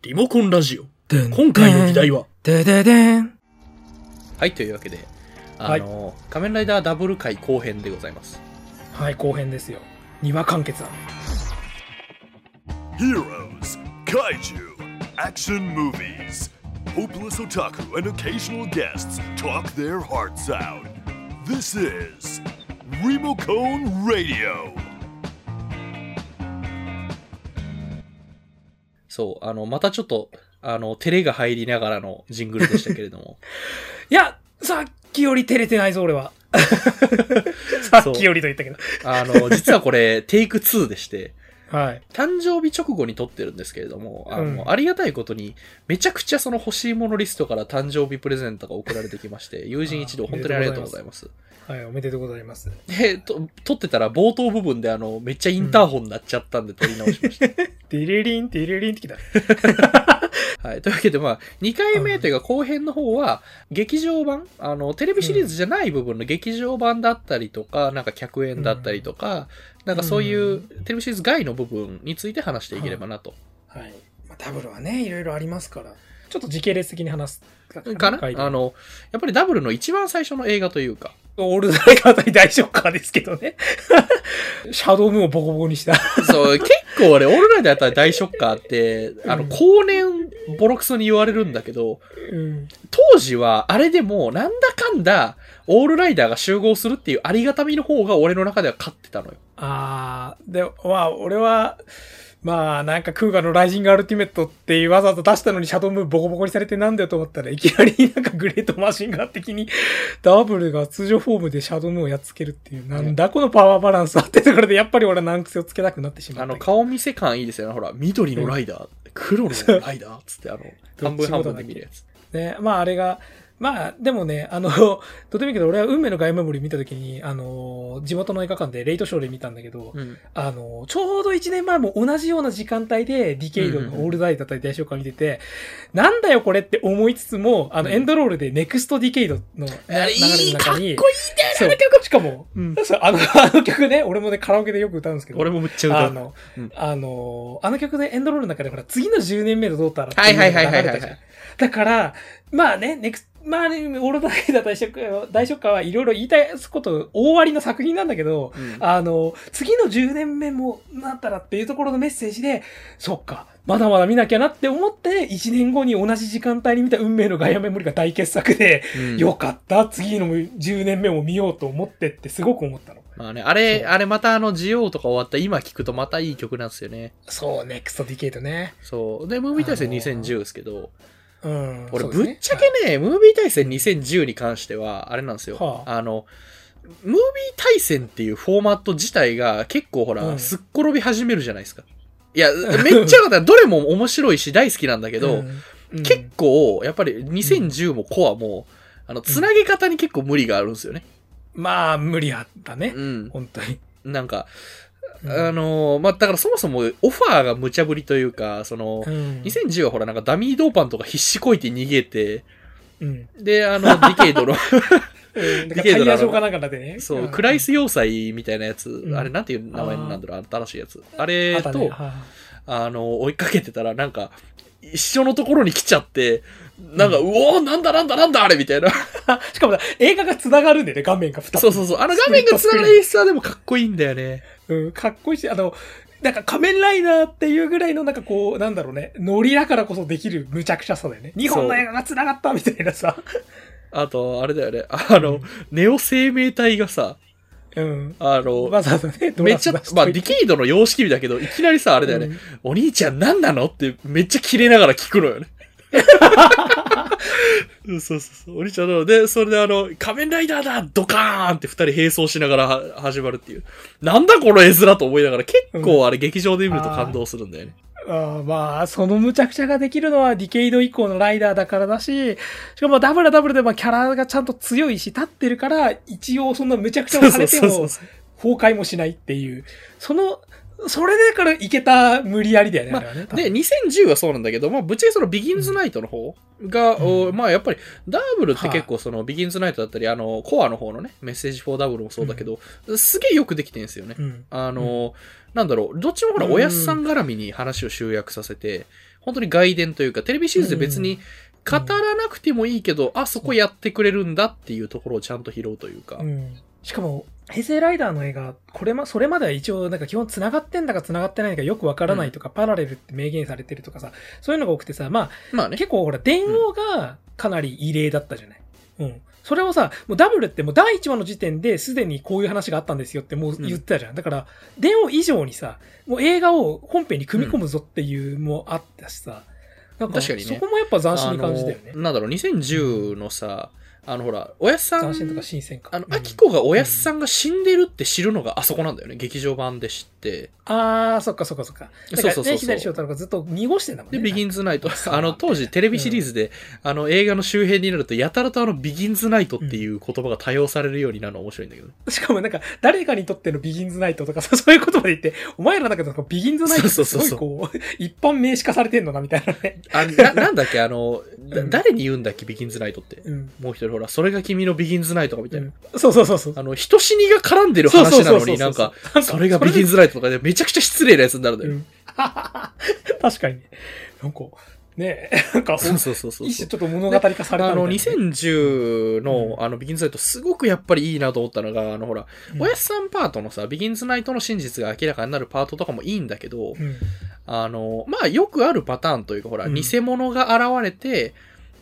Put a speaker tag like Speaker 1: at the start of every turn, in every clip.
Speaker 1: リモコンラジオ。
Speaker 2: でん
Speaker 1: 今回の議題は、
Speaker 2: でででん。
Speaker 3: はい、というわけで、あの、仮面ライダーダブル回後編でございます。
Speaker 2: はい、後編ですよ。2話完結だね。
Speaker 4: Heroes, kaiju, action movies. Hopeless otaku and occasional guests talk their hearts out. This is Remocone Radio.
Speaker 3: そう、あの、またちょっと、あの、照れが入りながらのジングルでしたけれ ども。
Speaker 2: いや、さっきより照れてないぞ、俺 は。さっきよりと言ったけど。
Speaker 3: あの、実はこれ、テイク2でして、
Speaker 2: はい。
Speaker 3: 誕生日直後に撮ってるんですけれども、あの、
Speaker 2: うん
Speaker 3: ありがたいことに、めちゃくちゃその欲しいものリストから誕生日プレゼントが送られてきまして、友人一同
Speaker 2: あー
Speaker 3: 本当にありがとうございます。
Speaker 2: はい、おめでとうございます。
Speaker 3: で、と撮ってたら冒頭部分であの、めっちゃインターホンになっちゃったんで撮り直しました。
Speaker 2: ディレリン、ディレリンってきた。
Speaker 3: はい。というわけで、まあ、2回目というか後編の方は、劇場版、あの、テレビシリーズじゃない部分の劇場版だったりとか、なんか客演だったりとか、なんかそういううんテレビシリーズ外の部分について話していければなと。
Speaker 2: はい。まあダブルはね、いろいろありますから。ちょっと時系列的に話す。
Speaker 3: かな
Speaker 2: 回で
Speaker 3: あの、やっぱりダブルの一番最初の映画というか、
Speaker 2: オールドライカーと大丈夫かですけどね。 シャドウムーンをボコボコに した。
Speaker 3: そう、 結構俺、オールナイトやったら大ショッカーって、あ
Speaker 2: う
Speaker 3: の、
Speaker 2: ん
Speaker 3: 後年ボロクソに言われるんだけど、
Speaker 2: うん。
Speaker 3: 当時は、あれでも、なんだかんだ、オールライダーが集合するっていうありがたみの方が俺の中では勝ってたのよ。
Speaker 2: あー、で、まあ、俺は、まあ、なんか空ガのライジングアルティメットってわざわざ出したのにシャドウムーンボコボコにされてなんだよと思ったらいきなりなんかグレートマシンガ ー的にダブルが通常フォームでシャドウムーンをやっつけるっていう、なんだこのパワーバランスはってところでやっぱり俺は難癖をつけたくなってしま
Speaker 3: あ
Speaker 2: った
Speaker 3: の、
Speaker 2: けど。
Speaker 3: 顔見せ感いいですよね。ほら、緑のライダー、黒のライダー、つって、あの、 半分半分で見るやつ。
Speaker 2: ね、まああれが、まあでもね、あの、 どうでもいいけど俺は運命の外務森見た時に、あの、地元の映画館でレイトショーで見たんだけど、
Speaker 3: うん。
Speaker 2: あの、ちょうど1年前も同じような時間帯で、ディケイドのオールダイだったり大紹介見てて、なんだよこれって思いつつも、あの、
Speaker 3: うん
Speaker 2: エンドロールでネクストディケイドの流れの中に、
Speaker 3: いい
Speaker 2: そうしかも、
Speaker 3: うん
Speaker 2: そうあの、 あの曲ね、俺もね、カラオケでよく歌うんですけど、
Speaker 3: 俺もむっちゃ歌
Speaker 2: あ
Speaker 3: うの。
Speaker 2: の
Speaker 3: うん、
Speaker 2: あの、あの曲でエンドロールの中で、ほら、次の10年目のどうたらって
Speaker 3: はいいうは
Speaker 2: の
Speaker 3: い
Speaker 2: が
Speaker 3: はいはい
Speaker 2: 流れ
Speaker 3: は
Speaker 2: た
Speaker 3: い
Speaker 2: じ
Speaker 3: は
Speaker 2: ゃん
Speaker 3: い。。
Speaker 2: だから、まあね、ネクスまあ、ある意味オールドライダー大ショッカー大ショッカーはいろいろ言いたいこと大ありの作品なんだけど、
Speaker 3: うん
Speaker 2: あの、次の10年目もなったらっていうところのメッセージで、そっか、まだまだ見なきゃなって思って、1年後に同じ時間帯に見た運命のガイアメモリが大傑作で、
Speaker 3: うん
Speaker 2: よかった、次の10年目も見ようと思ってってすごく思ったの。
Speaker 3: まあね、あれ、
Speaker 2: そう
Speaker 3: あれまたあの、ジオとか終わった今聞くとまたいい曲なんですよね。
Speaker 2: そう、ネクストディケイトね。
Speaker 3: そう。で、ムービー対戦
Speaker 2: あのー
Speaker 3: 2010ですけど、
Speaker 2: うん。
Speaker 3: 俺
Speaker 2: そうです
Speaker 3: ぶ
Speaker 2: ね
Speaker 3: っちゃけね、ムービー対戦2010に関しては、あれなんですよ。
Speaker 2: は
Speaker 3: あの、ムービー対戦っていうフォーマット自体が結構ほら、
Speaker 2: うん
Speaker 3: すっ転び始めるじゃないですか。いや、 めっちゃよかった。どれも面白いし大好きなんだけど、
Speaker 2: うん
Speaker 3: 結構、やっぱり2010もコアも、あの、つなげ方に結構無理があるんですよね。
Speaker 2: まあ、無理あったね。
Speaker 3: うん。
Speaker 2: 本当に。
Speaker 3: なんか、
Speaker 2: うん
Speaker 3: あのーまあ、だからそもそもオファーが無茶ぶりというか、その、
Speaker 2: うん
Speaker 3: 2010はほら、なんかダミードーパンとか必死こいて逃げて、
Speaker 2: うん。
Speaker 3: で、あの、ディケイド
Speaker 2: うん
Speaker 3: の、
Speaker 2: だから
Speaker 3: ディケイ
Speaker 2: タ
Speaker 3: ド
Speaker 2: イ
Speaker 3: だ
Speaker 2: ヤ
Speaker 3: ろ
Speaker 2: 上かなんかだってね。
Speaker 3: そう、
Speaker 2: ん
Speaker 3: クライス要塞みたいなやつ、
Speaker 2: ん
Speaker 3: あれなんていう名前なんだろう、新しいやつ。あれ
Speaker 2: あ
Speaker 3: と、
Speaker 2: と、
Speaker 3: あ,、
Speaker 2: ねは
Speaker 3: の、追いかけてたら、なんか、一緒のところに来ちゃって、なんか、うおーなんだなんだなんだあれみたいな。
Speaker 2: あ しかもだ映画が繋がるんだよね、画面が2つ。
Speaker 3: そうそうそう。あの画面が繋がる演出はでもかっこいいんだよね。
Speaker 2: うん、かっこいいし、あの、なんか仮面ライダーっていうぐらいのなんかこう、なんだろうね、ノリだからこそできる無茶苦茶さだよね。日本の映画が繋がったみたいなさ。
Speaker 3: あと、あれだよね。あの、ネオ生命体がさ、
Speaker 2: うん。
Speaker 3: あの、
Speaker 2: わざわざね、ド
Speaker 3: め
Speaker 2: ラ
Speaker 3: っち
Speaker 2: ス
Speaker 3: ゃ
Speaker 2: 出し、
Speaker 3: まあ、
Speaker 2: とい
Speaker 3: ディ
Speaker 2: て
Speaker 3: ケイドの様式美だけど、いきなりさ、あれだよね、
Speaker 2: うん
Speaker 3: お兄ちゃん何なのってめっちゃキレながら聞く のよね。そうそうそう。お兄ちゃんなので、それであの、仮面ライダーだドカーンって二人並走しながらは始まるっていう。なんだこの絵面と思いながら、結構あれ劇場で見ると感動するんだよね。
Speaker 2: あーまあ、その無茶苦茶ができるのはディケイド以降のライダーだからだし、しかもダブルダブルでまあキャラがちゃんと強いし、立ってるから、一応そんな無茶苦茶
Speaker 3: そう
Speaker 2: をさ
Speaker 3: そう
Speaker 2: れて
Speaker 3: そうそ
Speaker 2: も
Speaker 3: う、。
Speaker 2: 崩壊もしないっていう、その、それでからいけた無理やりだよね、
Speaker 3: まあ
Speaker 2: あれはね。多分
Speaker 3: で、2010はそうなんだけど、まあ、ぶっちゃけそのビギンズナイトの方が、
Speaker 2: ん
Speaker 3: おまあ、やっぱり、ダブルって
Speaker 2: はい
Speaker 3: 結構その、ビギンズナイトだったり、あの、コアの方のね、メッセージフォーダブルもそうだけど、すげえよくできてるんですよね。
Speaker 2: うん。
Speaker 3: あの、なんだろう、どっちもほら、
Speaker 2: うん
Speaker 3: おやすさん絡みに話を集約させて、本当に外伝というか、テレビシリーズで別に語らなくてもいいけど、あ、そこやってくれるんだっていうところをちゃんと拾うというか。
Speaker 2: うん。しかも、平成ライダーの映画、これま、それまでは一応、なんか基本繋がってんだか繋がってないかよくわからないとか、パラレルって明言されてるとかさ、そういうのが多くてさ、まあ、
Speaker 3: まあね。
Speaker 2: 結構ほら、電王がかなり異例だったじゃない。うん。それをさ、もうダブルってもう第1話の時点ですでにこういう話があったんですよってもう言ってたじゃん。だから、電王以上にさ、もう映画を本編に組み込むぞっていうもあったしさ、なんか
Speaker 3: 確かにね
Speaker 2: そこもやっぱ斬新に感じたよね
Speaker 3: あ。のなんだろう、2010のさ、あのほら、おやっさん、
Speaker 2: 斬新とか新鮮か。
Speaker 3: あの、
Speaker 2: うん
Speaker 3: アキコがおやっさんが死んでるって知るのがあそこなんだよね。劇場版で知って。
Speaker 2: あー、そっかそっかそっか。だ
Speaker 3: そ
Speaker 2: から
Speaker 3: うそうそうそう
Speaker 2: ね、左翔太郎がずっと濁してんだもん
Speaker 3: で、
Speaker 2: ね。
Speaker 3: ビギンズナイト。
Speaker 2: そう
Speaker 3: あの、当時テレビシリーズで、あの、映画の周辺になると、やたらとあの、ビギンズナイトっていう言葉が多用されるようになるの面白いんだけどね。
Speaker 2: しかもなんか、誰かにとってのビギンズナイトとかさ、 そういうことまで言って、お前らだけど、ビギンズナイトってすごい
Speaker 3: そうそう
Speaker 2: こう、 一般名詞化されてんのな、みたいなね。
Speaker 3: あ、な、なんだっけ、あの、だ
Speaker 2: うん
Speaker 3: 誰に言うんだっけ、ビギンズナイトって。
Speaker 2: うん。
Speaker 3: もう一人、ほら、それが君のビギンズナイトかみたいな。
Speaker 2: そうそうそうそう。
Speaker 3: あの、人死にが絡んでる話なのになんか、、それがビギン
Speaker 2: ズ
Speaker 3: ズナイトとかでめちゃくちゃ失礼なやつになるんだよ。
Speaker 2: 確かにね。なんか、ねえ、 なんか、
Speaker 3: そうそうそうそう。
Speaker 2: 一種ちょっと物語化されたみたいな
Speaker 3: あ
Speaker 2: ね
Speaker 3: の、2010の、
Speaker 2: う
Speaker 3: あの、ビギンズナイト、すごくやっぱりいいなと思ったのが、あの、ほら、
Speaker 2: うん
Speaker 3: おやっさんパートのさ、ビギンズナイトの真実が明らかになるパートとかもいいんだけど、
Speaker 2: うん
Speaker 3: あの、まあ、よくあるパターンというか、ほら、
Speaker 2: うん
Speaker 3: 偽物が現れて、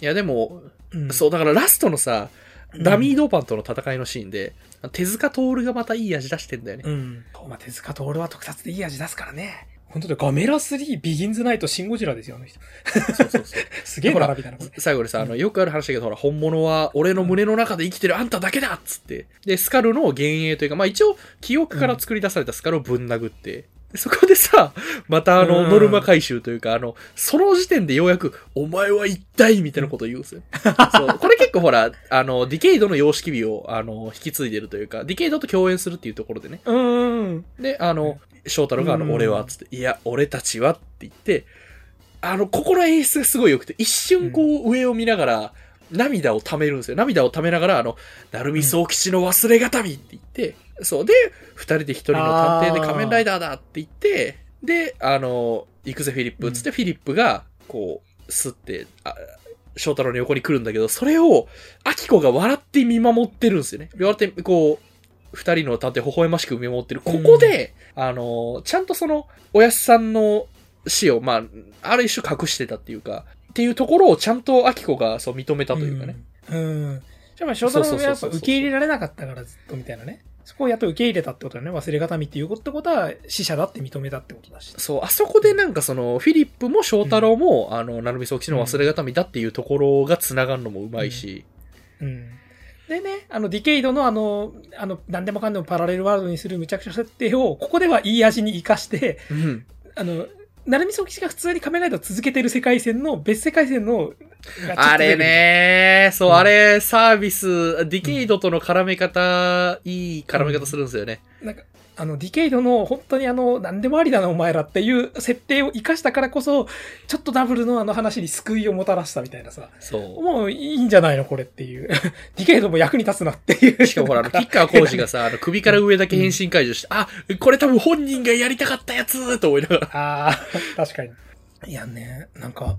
Speaker 3: いや、でも、
Speaker 2: うん
Speaker 3: そう、だからラストのさ、
Speaker 2: うん
Speaker 3: ダミードーパンとの戦いのシーンで、手塚徹がまたいい味出してんだよね。
Speaker 2: うん。まあ、手塚と俺は特撮でいい味出すからね。本当でガメラ3、ビギンズナイト、シンゴジラですよ、あの人。
Speaker 3: そうそうそう。
Speaker 2: すげえ並びだな、これ。
Speaker 3: 最後にさ、あの、よくある話だけど、ほら、本物は俺の胸の中で生きてるあんただけだっつって。で、スカルの幻影というか、まあ一応、記憶から作り出されたスカルをぶん殴って。でそこでさ、またあの、
Speaker 2: うん
Speaker 3: ノルマ回収というか、あの、その時点でようやく、お前は一体みたいなことを言うん ですよ。そう。これ結構ほら、あの、ディケイドの様式美を、あの、引き継いでるというか、ディケイドと共演するっていうところでね。
Speaker 2: うん。
Speaker 3: で、あの、翔太郎が、あ
Speaker 2: うん
Speaker 3: の、俺は、つって、いや、俺たちはって言って、あの、ここの演出がすごい良くて、一瞬こう、上を見ながら、涙を溜めるんですよ。涙を溜めながら、あの、成美宗吉の忘れがたみって言って、そう。で、二人で一人の探偵で
Speaker 2: あー
Speaker 3: 仮面ライダーだって言って、で、あの、行くぜフィリップ、つってフィリップが、こう、吸って、あ翔太郎の横に来るんだけど、それを、アキコが笑って見守ってるんですよね。笑って、こう、二人の探偵微笑ましく見守ってる。ここで、あの、ちゃんとその、おやすさんの死を、まあ、ある種隠してたっていうか、っていうところをちゃんとアキコがそう認めたというかね。
Speaker 2: うん。うん。じゃあ、翔太郎もやっぱ
Speaker 3: そうそうそうそうそう
Speaker 2: 受け入れられなかったからずっとみたいなね。そこをやっと受け入れたってことだね。忘れがたみっていうことは、死者だって認めたってことだし。
Speaker 3: そう、あそこでなんかその、フィリップも翔太郎も、あの、成美宗吉の忘れがたみだっていうところが繋がるのもうまいし、
Speaker 2: うん。でね、あの、ディケイドのあの、あの、何でもかんでもパラレルワールドにするむちゃくちゃ設定を、ここではいい味に活かして、
Speaker 3: うん
Speaker 2: あの、なるみそきしが普通に仮面ライダーを続けてる世界線の、別世界線の、
Speaker 3: あれ。ねそう、
Speaker 2: うん
Speaker 3: あれ、サービス、ディケイドとの絡め方、いい絡め方するんですよね。
Speaker 2: なんか、あの、ディケイドの本当にあの、何でもありだなお前らっていう設定を活かしたからこそ、ちょっとダブルのあの話に救いをもたらしたみたいなさ、
Speaker 3: そ。
Speaker 2: もういいんじゃないのこれっていう。 ディケイドも役に立つなっていうう。
Speaker 3: しかもほら、あ
Speaker 2: な
Speaker 3: の
Speaker 2: んか
Speaker 3: 吉川浩司がさ、あの、首から上だけ変身解除して、あ、これ多分本人がやりたかったやつと思いなが ら。
Speaker 2: ああ、確かに。いやね、なんか、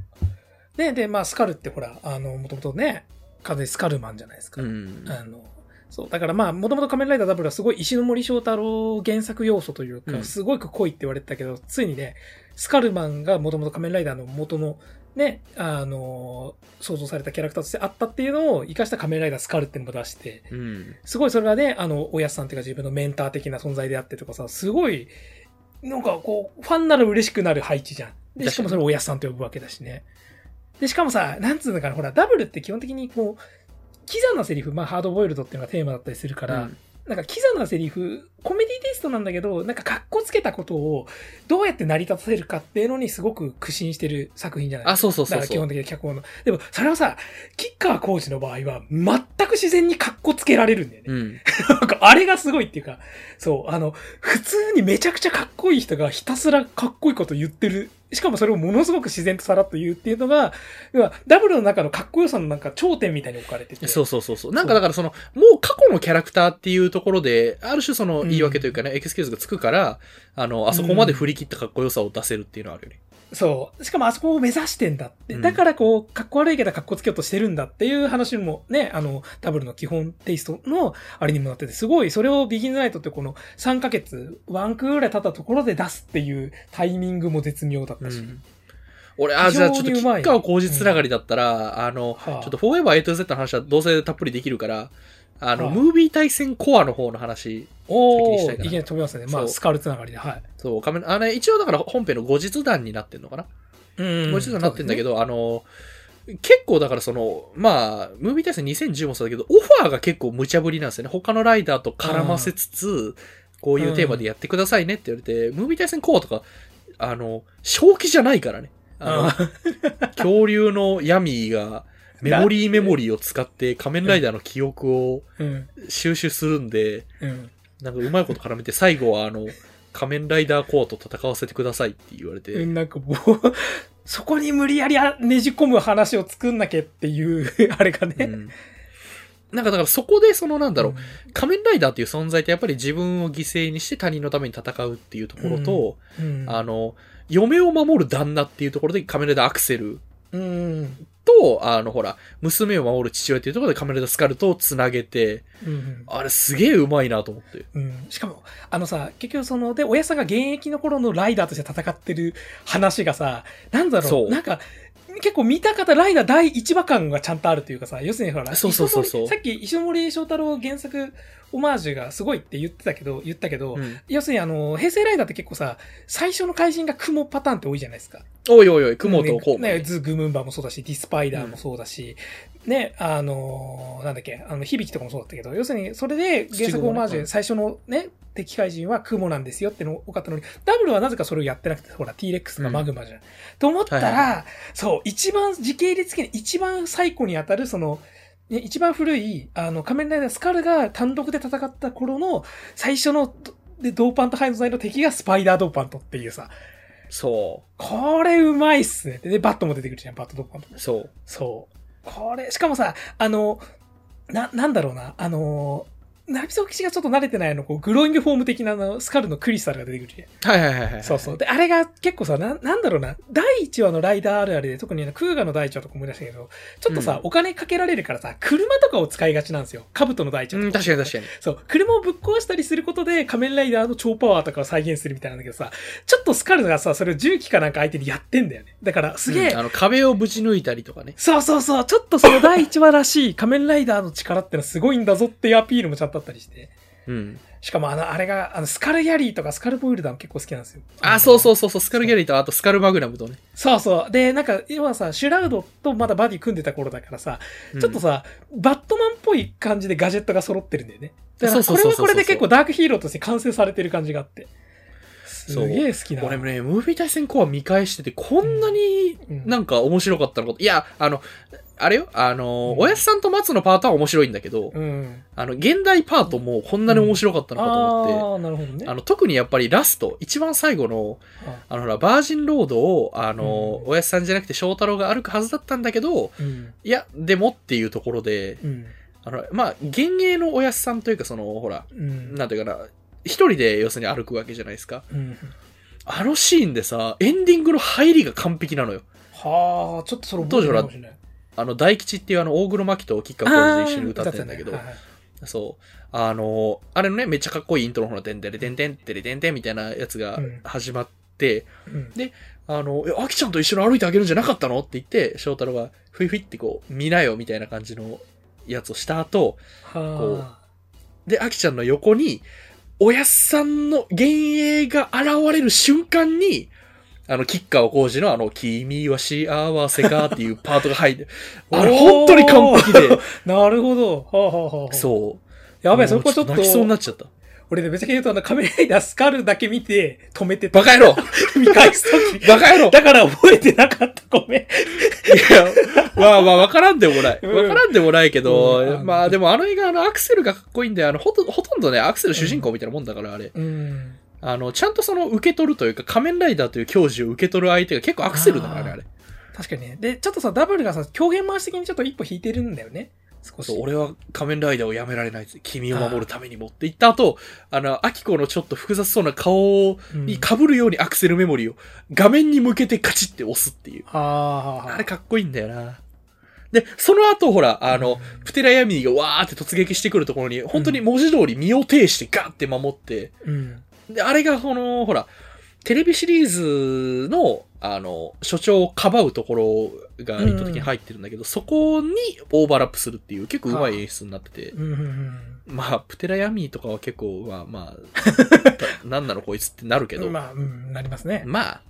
Speaker 2: ね、で、まあ、スカルってほら、あの、もともとね、完全にスカルマンじゃないですか。
Speaker 3: うん。
Speaker 2: あの、そう、だからまあ、もともと仮面ライダーダブルはすごい石ノ森章太郎原作要素という
Speaker 3: う
Speaker 2: か、
Speaker 3: ん
Speaker 2: すごく濃いって言われてたけど、ついにね、スカルマンがもともと仮面ライダーの元の、ね、あの、想像されたキャラクターとしてあったっていうのを生かした仮面ライダースカルっていうのも出して、
Speaker 3: うん。
Speaker 2: すごいそれがね、あの、おやすさんっていうか自分のメンター的な存在であってとかさ、すごい、なんかこう、ファンなら嬉しくなる配置じゃん。で、しかもそれをおやすさんと呼ぶわけだしね。で、しかもさ、なんつうのかな、ほら、ダブルって基本的にこう、キザなセリフ、まあ、ハードボイルドっていうのがテーマだったりするから、
Speaker 3: うん
Speaker 2: なんかキザなセリフ、コメディテイストなんだけど、なんか格好つけたことをどうやって成り立たせるかっていうのにすごく苦心してる作品じゃない
Speaker 3: あ、そうそうそ
Speaker 2: だか
Speaker 3: う
Speaker 2: ら基
Speaker 3: そ
Speaker 2: 本
Speaker 3: う。
Speaker 2: 的に脚本の。でも、それはさ、キッカーコーチの場合は、全く自然に格好つけられるんだよね。
Speaker 3: うん。
Speaker 2: なんか、あれがすごいっていうか、そう、あの、普通にめちゃくちゃかっこいい人がひたすらかっこいいこと言ってる。しかもそれをものすごく自然とさらっと言うっていうのが、要はダブルの中のかっこよさのなんか頂点みたいに置かれてて。
Speaker 3: そうそうそうそう。なんかだからその、もう過去のキャラクターっていうところで、ある種その
Speaker 2: うん
Speaker 3: 言い訳というかね、エクスキューズがつくから、あの、あそこまで振り切ったかっこよさを出せるっていうのはあるよね。
Speaker 2: そう。しかもあそこを目指してんだって。
Speaker 3: うん
Speaker 2: だからこう、かっこ悪いけどかっこつけようとしてるんだっていう話もね、あの、ダブルの基本テイストのあれにもなってて、すごい、それをビギンズナイトってこの3ヶ月、ワンクールぐらい経ったところで出すっていうタイミングも絶妙だったし。
Speaker 3: 俺、あ、じゃあちょっと、
Speaker 2: 非常にうまい
Speaker 3: 吉川浩二つながりだったら、あの、
Speaker 2: はあ
Speaker 3: ちょっと、フォーエバー 8Z の話はどうせたっぷりできるから、あの、
Speaker 2: はあ
Speaker 3: ムービー対戦コアの方の話、先に
Speaker 2: お
Speaker 3: し
Speaker 2: お
Speaker 3: たい
Speaker 2: い
Speaker 3: か
Speaker 2: き
Speaker 3: な
Speaker 2: なり飛びますね。ま
Speaker 3: そ
Speaker 2: あ、
Speaker 3: う
Speaker 2: スカルつながりで、はい。
Speaker 3: そう、仮面、あれ、一応だから本編の後日談になってんのかな
Speaker 2: うん
Speaker 3: 後日談になってんだけど、あの、結構だからその、まあ、ムービー対戦2010もそうだけど、オファーが結構無茶ぶりなんですよね。他のライダーと絡ませつつ、こういうテーマでやってくださいねって言われて、ムービー対戦コアとか、あの、正気じゃないからね。あの、 恐竜のヤミーがメモリーメモリーを使って仮面ライダーの記憶を
Speaker 2: うん。
Speaker 3: 収集するんで、
Speaker 2: うん。
Speaker 3: なんかうまいこと絡めて最後はあの、仮面ライダーコアと戦わせてくださいって言われ
Speaker 2: う
Speaker 3: て、
Speaker 2: ん、なんかもう、そこに無理やりあねじ込む話を作んなきゃっていう、あれが
Speaker 3: う
Speaker 2: ね。
Speaker 3: ん。なんかだからそこでそのなんだろう、
Speaker 2: う
Speaker 3: 仮面ライダーっていう存在ってやっぱり自分を犠牲にして他人のために戦うっていうところと、
Speaker 2: ん。うん
Speaker 3: あの、嫁を守る旦那っていうところで仮面ライダーアクセル
Speaker 2: うん。
Speaker 3: と、あのほら、娘を守る父親っていうところで仮面ライダースカルとつなげて、
Speaker 2: うん。
Speaker 3: あれすげえうまいなと思って。
Speaker 2: うん、しかも、あのさ、結局その、で、親さんが現役の頃のライダーとして戦ってる話がさ、なんだ
Speaker 3: そ
Speaker 2: ろう、
Speaker 3: う
Speaker 2: なんか、結構見た方、ライダー第1話感がちゃんとあるというかさ、要するにほら、
Speaker 3: そうそうそうそう
Speaker 2: 石森さっき石森章太郎原作オマージュがすごいって言ってたけど、言ったけど、
Speaker 3: うん
Speaker 2: 要するにあの、平成ライダーって結構さ、最初の怪人が雲パターンって多いじゃないですか。
Speaker 3: おいおいおい、雲とこう。
Speaker 2: ねねズ・グムンバもそうだし、ディスパイダーもそうだし、ね、あのーなんだっけ、あの、響きとかもそうだったけど、要するに、それで原作オマージュ
Speaker 3: う
Speaker 2: で
Speaker 3: ん
Speaker 2: 最初のね、敵怪人は雲なんですよっての多かったのに、ダブルはなぜかそれをやってなくて、ほら、T-Rex がマグマじゃん。と思ったら、
Speaker 3: はい
Speaker 2: そう、一番、時系列的に一番最古に当たる、その、ね、一番古い、あの、仮面ライダースカルが単独で戦った頃の、最初の、で、ドーパントハイの材の敵がスパイダードーパントっていうさ、
Speaker 3: そ
Speaker 2: これうまいっすね。で、バットも出てくるじゃん、バットドッパンと。
Speaker 3: う。そう。
Speaker 2: そう。これ、しかもさ、あの、な、なんだろうな、あの、ナビソ騎士がちょっと慣れてないの、こう、グローイングフォーム的なあの、スカルのクリスタルが出てくるじゃん。
Speaker 3: はいはいはいはい。
Speaker 2: そうそう。で、あれが結構さ、な、なんだろうな、第1話のライダーあるあるで、特にあのクーガの第1話とか思い出したけど、ちょっとさ、
Speaker 3: うん
Speaker 2: お金かけられるからさ、車とかを使いがちなんですよ。カブトの第1話と
Speaker 3: うん、確かに確かに。
Speaker 2: そう、車をぶっ壊したりすることで仮面ライダーの超パワーとかを再現するみたいなんだけどさ、ちょっとスカルがさ、それを重機かなんか相手にやってんだよね。だからすげえ、
Speaker 3: うんあの、壁をぶち抜いたりとかね。
Speaker 2: そうそうそう、ちょっとその第1話らしい 仮面ライダーの力ってのはすごいんだぞっていうアピールもちゃんとあったりして。
Speaker 3: うん。
Speaker 2: しかもあの、あれが、あの、スカルギャリーとかスカルボイルダーも結構好きなんですよ。
Speaker 3: あ、そうそうそうそう、スカルギャリーと、あとスカルマグナムとね。
Speaker 2: そうそう。で、なんか、要はさ、シュラウドとまだバディ組んでた頃だからさ、
Speaker 3: うん
Speaker 2: ちょっとさ、バットマンっぽい感じでガジェットが揃ってるんだよね。だから、こ
Speaker 3: そう
Speaker 2: れ
Speaker 3: そうそう
Speaker 2: はこ
Speaker 3: そうそう
Speaker 2: れで結構ダークヒーローとして完成されてる感じがあって。す
Speaker 3: そう
Speaker 2: げえ好きな。
Speaker 3: 俺もね、ムービー対戦コア見返してて、こんなに
Speaker 2: うん
Speaker 3: なんか面白かったのかと。いや、あの、あれよ、あの、
Speaker 2: うん
Speaker 3: おやすさんと松のパートは面白いんだけど、
Speaker 2: うん。
Speaker 3: あの、現代パートもこんなに面白かったのかと思って、
Speaker 2: ああ、なるほどね。
Speaker 3: あの、特にやっぱりラスト、一番最後の、
Speaker 2: あ
Speaker 3: あの、ほら、バージンロードを、あの、
Speaker 2: うん
Speaker 3: おやすさんじゃなくて翔太郎が歩くはずだったんだけど、
Speaker 2: うん。
Speaker 3: いや、でもっていうところで、
Speaker 2: うん。
Speaker 3: あの、まあ、幻影のおやすさんというか、その、ほら、
Speaker 2: うん。
Speaker 3: なんていうかな、一人で要するに歩くわけじゃないですか。
Speaker 2: うん。
Speaker 3: あのシーンでさ、エンディングの入りが完璧なのよ。
Speaker 2: はあ、ちょっとそれ
Speaker 3: 当時
Speaker 2: 覚え
Speaker 3: は
Speaker 2: てない
Speaker 3: あの、大吉っていうあの、大黒摩季と吉川浩司で一緒に歌ってるんだけど、
Speaker 2: あー歌ってね
Speaker 3: そう。あの、あれのね、めっちゃかっこいいイントロのほら、てんてれてんてんてれてんてんみたいなやつが
Speaker 2: うん
Speaker 3: 始まって、
Speaker 2: はいはいうん
Speaker 3: あの、え、アキちゃんと一緒に歩いてあげるんじゃなかったのって言って、翔太郎が、ふいふいってこう、見なよみたいな感じのやつをした後、
Speaker 2: は
Speaker 3: で、アキちゃんの横に、おやっさんの幻影が現れる瞬間に、あの、吉川浩司のあの、君は幸せかっていうパートが入 って、あれ、
Speaker 2: おー
Speaker 3: 本当に完璧で、
Speaker 2: あ。なるほど。はあはあはあはあ。
Speaker 3: そう。
Speaker 2: やばい、
Speaker 3: も
Speaker 2: そうこちょっと。
Speaker 3: 泣きそうになっちゃった。
Speaker 2: 俺ね、めちゃくちゃ言うと、あの、仮面ライダースカルだけ見て、止めてた
Speaker 3: バカ野郎
Speaker 2: 見返すとき。
Speaker 3: バカ野郎
Speaker 2: だから覚えてなかった。ごめん。
Speaker 3: いや、まあまあ、わからんでもない。
Speaker 2: うん
Speaker 3: わからんでもないけど、
Speaker 2: うん
Speaker 3: まあでもあの映画、あの、アクセルがかっこいいんで、あの、ほとほとんどね、アクセル主人公みたいなもんだから、あれ。
Speaker 2: うん。
Speaker 3: あの、ちゃんとその、受け取るというか、仮面ライダーという教授を受け取る相手が結構アクセルだからね、
Speaker 2: あー
Speaker 3: あれ。
Speaker 2: 確かにね。で、ちょっとさ、ダブルがさ、狂言回し的にちょっと一歩引いてるんだよね。少し
Speaker 3: そう。俺は仮面ライダーをやめられない。君を守るためにもって言った後、あの、アキコのちょっと複雑そうな顔に被るようにアクセルメモリーを画面に向けてカチって押すっていう。
Speaker 2: ああー、
Speaker 3: あれかっこいいんだよな。で、その後ほら、あの、プテラヤミーがわーって突撃してくるところに、本当に文字通り身を挺してガーって守って、
Speaker 2: うん。
Speaker 3: で、あれがその、ほら、テレビシリーズの、あの、所長をかばうところが意図的に入ってるんだけど、そこにオーバーラップするっていう結構うまい演出になってて、
Speaker 2: うんうんうん
Speaker 3: まあ、プテラヤミーとかは結構、まあまあ、 たなんなのこいつってなるけど、ま
Speaker 2: まあ、うん、なりますね
Speaker 3: あ、。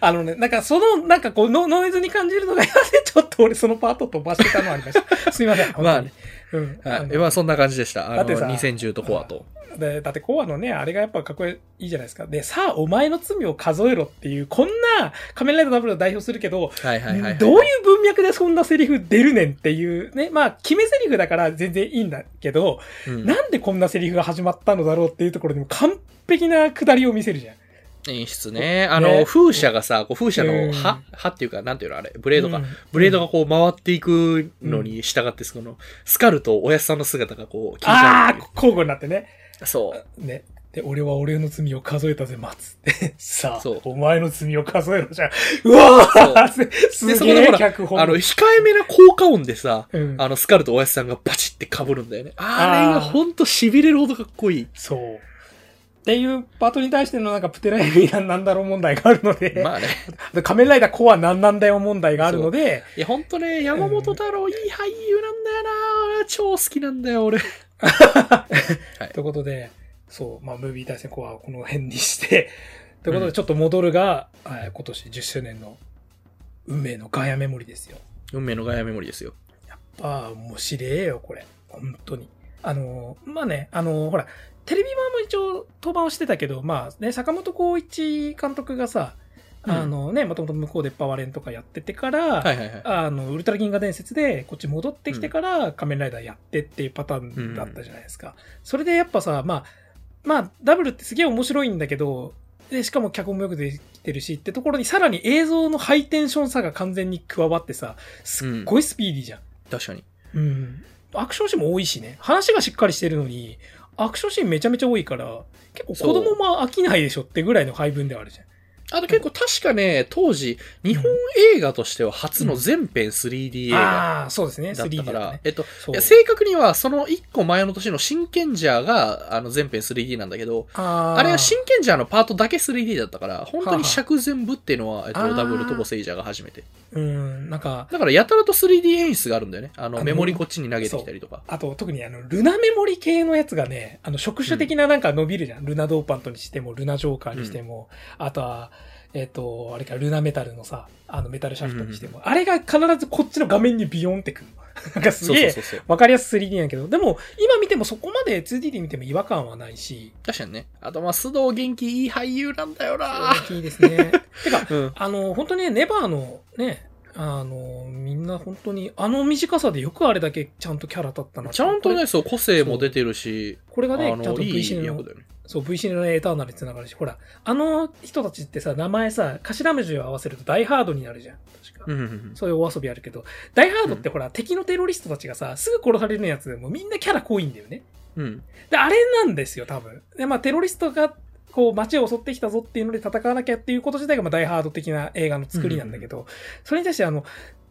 Speaker 2: あのね、なんかその、なんかこうノ、ノイズに感じるのが嫌で、ちょっと俺そのパート飛ばしてたのありま した。すいません。
Speaker 3: まあね、
Speaker 2: 本当に。うん。
Speaker 3: はい
Speaker 2: あの
Speaker 3: まあそんな感じでした。
Speaker 2: だ
Speaker 3: あの、
Speaker 2: ってさ
Speaker 3: 2010とコアと。
Speaker 2: でだってコアのね、あれがやっぱかっこいいじゃないですか。で、さあ、お前の罪を数えろっていう、こんな仮面ライダーダブルを代表するけど、
Speaker 3: はいはいはい、はい。
Speaker 2: どういう文脈でそんなセリフ出るねんっていうね。まあ、決めセリフだから全然いいんだけど、
Speaker 3: うん
Speaker 2: なんでこんなセリフが始まったのだろうっていうところでも完璧な下りを見せるじゃん。
Speaker 3: 演出ね。あの、風車がさ、こう風車
Speaker 2: う
Speaker 3: の
Speaker 2: ん
Speaker 3: 刃、刃っていうか、なんていうのあれ、ブレードが、
Speaker 2: うん
Speaker 3: ブレードがこう回っていくのに従って、その、スカルとおやすさんの姿がこう、消えちゃう
Speaker 2: あ
Speaker 3: って
Speaker 2: あ
Speaker 3: い、
Speaker 2: 交互になってね。
Speaker 3: う。そう。
Speaker 2: ね。で、俺は俺の罪を数えたぜ、松って。 さあ
Speaker 3: そう、
Speaker 2: お前の罪を数えろじゃん。うわーす
Speaker 3: で、
Speaker 2: す
Speaker 3: そ
Speaker 2: げえ
Speaker 3: こでほら、
Speaker 2: 脚本。
Speaker 3: あの、控えめな効果音でさ、
Speaker 2: うん
Speaker 3: あの、スカルとおやすさんがバチって被るんだよね。あれ
Speaker 2: あ
Speaker 3: が
Speaker 2: ー
Speaker 3: ほんと痺れるほどかっこいい。
Speaker 2: そう。っていうパートに対してのなんかプテラエビなんなんだろう問題があるので、
Speaker 3: まあね。
Speaker 2: で仮面ライダーコアなんなんだよ問題があるので、
Speaker 3: いや、ほんとね、山本太郎、いい俳優なんだよな。俺は超好きなんだよ、俺。
Speaker 2: ということで、そう、まあムービー対戦コアはこの辺にして、ということでちょっと戻るが、はい今年10周年の運命のガヤメモリですよ。
Speaker 3: 運命のガヤメモリですよ。
Speaker 2: ああ、もう知れえよ、これ。本当に。あの、まあね、あの、ほら、テレビ版も一応登板をしてたけど、まあね、坂本浩一監督がさ、
Speaker 3: うん
Speaker 2: あのね、もともと向こうでパワレンとかやっててから、
Speaker 3: はいはいはい。
Speaker 2: あの、ウルトラ銀河伝説で、こっち戻ってきてから仮面ライダーやってっていうパターンだったじゃないですか。それでやっぱさ、まあ、まあ、ダブルってすげえ面白いんだけど、で、しかも脚本もよくできてるしってところに、さらに映像のハイテンションさが完全に加わってさ、すっごいスピーディーじゃん。
Speaker 3: 確かに。
Speaker 2: うん。アクションシーンも多いしね。話がしっかりしてるのに、アクションシーンめちゃめちゃ多いから、結構子供も飽きないでしょってぐらいの配分ではあるじゃん。
Speaker 3: あと結構確かね、当時、日本映画としては初の全編 3D 映画
Speaker 2: ああー、そうですね。
Speaker 3: だっ
Speaker 2: 3D だ
Speaker 3: たか、
Speaker 2: からね。
Speaker 3: えっと、
Speaker 2: そ
Speaker 3: いうや。正確にはその1個前の年の真剣ジャーがあの全編 3D なんだけど、
Speaker 2: あ
Speaker 3: あ
Speaker 2: ー
Speaker 3: れは真剣ジャーのパートだけ 3D だったから、本当
Speaker 2: はあは
Speaker 3: に
Speaker 2: あ
Speaker 3: 尺全部っていうのは、えっ
Speaker 2: あ
Speaker 3: と、
Speaker 2: ー
Speaker 3: ダブルとボセイジャーが初めて。
Speaker 2: うん、なんか、
Speaker 3: だからやたらと 3D 演出があるんだよね。あ
Speaker 2: あ
Speaker 3: の、
Speaker 2: の
Speaker 3: メモリこっちに投げてきたりとか。
Speaker 2: あと特にあの、ルナメモリ系のやつがね、あの、触手的ななんか伸びるじゃん。ルナドーパントにしても、ルナジョーカーにしても、あとは、えっ、と、あれか、ルナメタルのさ、あの、メタルシャフトにしても、あれが必ずこっちの画面にビヨンってくる の。なんかす
Speaker 3: そう
Speaker 2: げえ
Speaker 3: そうそうそう。
Speaker 2: わかりやすい 3D なんやけど、でも、今見てもそこまで 2D で見ても違和感はないし、
Speaker 3: 確かにね。あと、まあ、須藤元気いい俳優なんだ よな
Speaker 2: 大きいですね。てか、
Speaker 3: うん。
Speaker 2: あの、本当にね、ネバーのね、あの、みんな本当に、あの短さでよくあれだけちゃんとキャラ立ったなって
Speaker 3: ちゃん
Speaker 2: こ
Speaker 3: と
Speaker 2: れ
Speaker 3: ね、そう、個性も出てるし、
Speaker 2: これが
Speaker 3: あ
Speaker 2: ね、ちゃん
Speaker 3: の、
Speaker 2: と
Speaker 3: い
Speaker 2: V
Speaker 3: い
Speaker 2: シネの
Speaker 3: 役だよね。
Speaker 2: そう V シネのエターナルにつながるし、ほら、あの人たちってさ、名前さ、頭文字を合わせるとダイハードになるじゃん。確か。
Speaker 3: うんうんうん。
Speaker 2: そういうお遊びあるけど、ダイハードってほら、敵のテロリストたちがさ、すぐ殺されるやつでもみんなキャラ濃いんだよね。
Speaker 3: うん。
Speaker 2: で、あれなんですよ、多分。で、まあ、テロリストが、こう、街を襲ってきたぞっていうので戦わなきゃっていうこと自体が、まあ、ダイハード的な映画の作りなんだけど、それに対して、あの、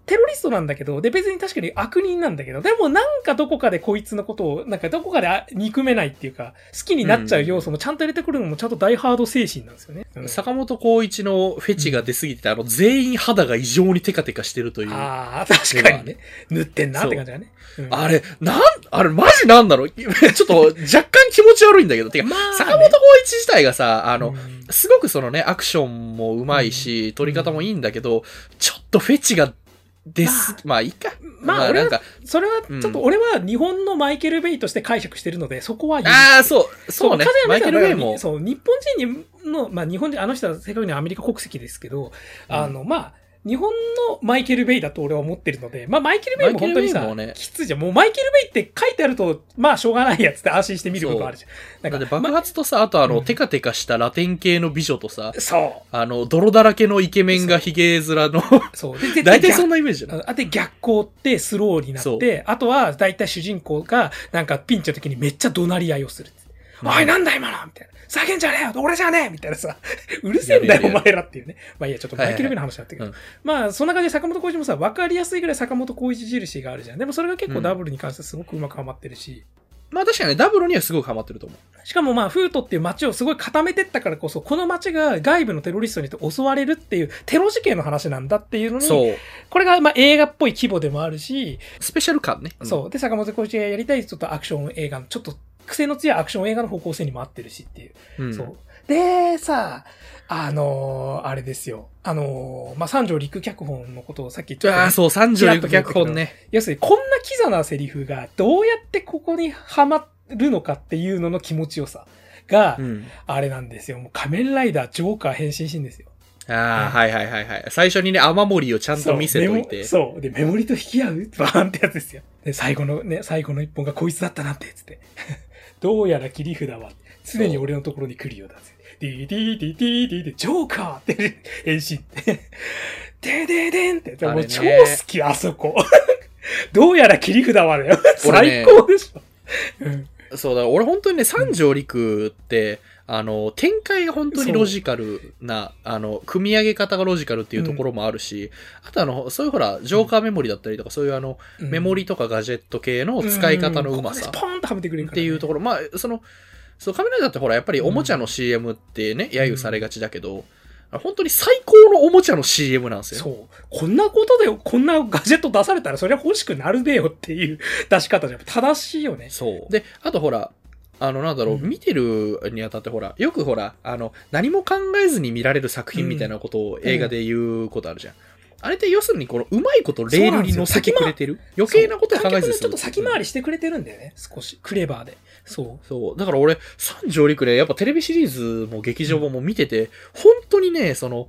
Speaker 2: テロリストなんだけど、で、別に確かに悪人なんだけど、でもなんかどこかでこいつのことを、なんかどこかであ憎めないっていうか、好きになっちゃう要素もちゃんと入れてくるのも、ちゃんとダイハード精神なんですよね。うん
Speaker 3: 坂本浩一のフェチが出すぎてて、あの、全員肌が異常にテカテカしてるという。あ
Speaker 2: ああ、確かにね。塗ってんなって感じだね。うん
Speaker 3: れ、なん、あれ、マジなんだろう ちょっと、若干気持ち悪いんだけど。てか、
Speaker 2: まあね
Speaker 3: 坂本浩一自体がさ、あの、
Speaker 2: うん
Speaker 3: すごくそのね、アクションもうまいし、撮り方もいいんだけど、ちょっとフェチが出す、まあ、いいか。
Speaker 2: まあ俺は
Speaker 3: なんか、
Speaker 2: それは、ちょっと俺は日本のマイケル・ベイとして解釈してるので、そこは許す
Speaker 3: ああ、そう、そうね。
Speaker 2: 風
Speaker 3: マイ
Speaker 2: 邪
Speaker 3: ケ
Speaker 2: の
Speaker 3: ル・
Speaker 2: 中
Speaker 3: ウェ
Speaker 2: で
Speaker 3: イも。
Speaker 2: そう、日本人にの、まあ、日本人、あの人は正確にはアメリカ国籍ですけど、あの、まあ、日本のマイケル・ベイだと俺は思ってるので、まあマイケル・ベイも本当に
Speaker 3: マ
Speaker 2: さ、
Speaker 3: イケルベイもね
Speaker 2: きついじゃん。もうマイケル・ベイって書いてあると、まあしょうがないやつって安心して見る部分あるじゃん。
Speaker 3: だ
Speaker 2: な
Speaker 3: っ
Speaker 2: ん
Speaker 3: て
Speaker 2: か、
Speaker 3: 爆発とさ、あとあの、
Speaker 2: うん
Speaker 3: テカテカしたラテン系の美女とさ、
Speaker 2: そ
Speaker 3: あの、泥だらけのイケメンがヒゲ面
Speaker 2: う。
Speaker 3: の、
Speaker 2: そう。で、絶対
Speaker 3: 大体そ
Speaker 2: 逆
Speaker 3: んなイメージじゃない
Speaker 2: あで、逆光ってスローになっ
Speaker 3: そ
Speaker 2: て、あとは大体主人公がなんかピンチの時にめっちゃ怒鳴り合いをする。
Speaker 3: うん
Speaker 2: おい、なんだ今のみたいな。叫んじゃねえよ俺じゃねえみたいな さ。うるせえんだ
Speaker 3: やる
Speaker 2: よ、
Speaker 3: やるやる
Speaker 2: お前らっていうね。まあいいや、ちょっとマイケルベイの話だったけど。
Speaker 3: うん
Speaker 2: まあ、そんな感じで坂本浩一もさ、わかりやすいぐらい坂本浩一印があるじゃん。でもそれが結
Speaker 3: う
Speaker 2: 構
Speaker 3: ん
Speaker 2: ダブルに関してすごくうまくはまってるし。
Speaker 3: まあ確かにね、ダブルにはすごくハマってると思
Speaker 2: しかもまあ、フートっていう街をすごい固めてったからこそ、この街が外部のテロリストによって襲われるっていうテロ事件の話なんだっていうの
Speaker 3: う。
Speaker 2: に、
Speaker 3: そう。
Speaker 2: これがまあ映画っぽい規模でもあるし、
Speaker 3: スペシャル感ね。
Speaker 2: そう。で、坂本浩一がやりたい、ちょっとアクション映画の、ちょっと癖の強いアクション映画の方向性にも合ってるしっていう。
Speaker 3: うん。うん。
Speaker 2: そう。で、さ、あのーあれですよ。あのーまあ、三条陸脚本のことをさっき言った、
Speaker 3: ああ、そう、三条陸脚本ね。
Speaker 2: 要するに、こんなキザなセリフが、どうやってここにはまるのかっていうのの気持ちよさが、
Speaker 3: うん。
Speaker 2: あれなんですよ。もう仮面ライダー、ジョーカー変身シーンですよ。
Speaker 3: ああ、はいはいはいはい。最初にね、雨漏りをちゃんと見せといて。
Speaker 2: そうメモそう。で、メモリと引き合う バーンってやつですよ。で、最後のね、最後の一本がこいつだったなって、つって。 どうやら切り札は、常に俺のところに来るようだぜ。ディーディーディーディーディーで、ジョーカーって、変身 って。でででんって、
Speaker 3: あれね
Speaker 2: もう超好き、あそこ。 どうやら切り札はだよ。
Speaker 3: 俺
Speaker 2: 最
Speaker 3: ね
Speaker 2: 高でしょ。うん
Speaker 3: そうだ、俺本当にね、三条陸って、あの、展開が本当にロジカルな、あの、組み上げ方がロジカルっていうところもあるし、あとあの、そういうほら、ジョーカーメモリだったりとか、そういうあの、メモリとかガジェット系の使い方のうま
Speaker 2: ん
Speaker 3: さ
Speaker 2: ここでスポーンとはめてくれる
Speaker 3: っていう
Speaker 2: こ
Speaker 3: ところ、まあ、その、そう、カメラだってほら、やっぱりおもちゃの CM ってね、揶揄されがちだけど、本当に最高のおもちゃの CM なんですよ。
Speaker 2: そう。こんなことで、こんなガジェット出されたら、そりゃ欲しくなるべよっていう 出し方じゃん正しいよね。
Speaker 3: そう。で、あとほら、あの、なんだろう、
Speaker 2: うん
Speaker 3: 見てるにあたってほら、よくほら、あの、何も考えずに見られる作品みたいなことを映画で言うことあるじゃん。あれって要するに、この、うまいことレールに乗せてくれてる。余計なことは考
Speaker 2: そう観
Speaker 3: えずに
Speaker 2: 客がちょっと先回
Speaker 3: り。
Speaker 2: りしてくれてるんだよね。少し。クレバーで。そ
Speaker 3: そう。だから俺、三条陸ね、やっぱテレビシリーズも劇場版も見てて、本当にね、その、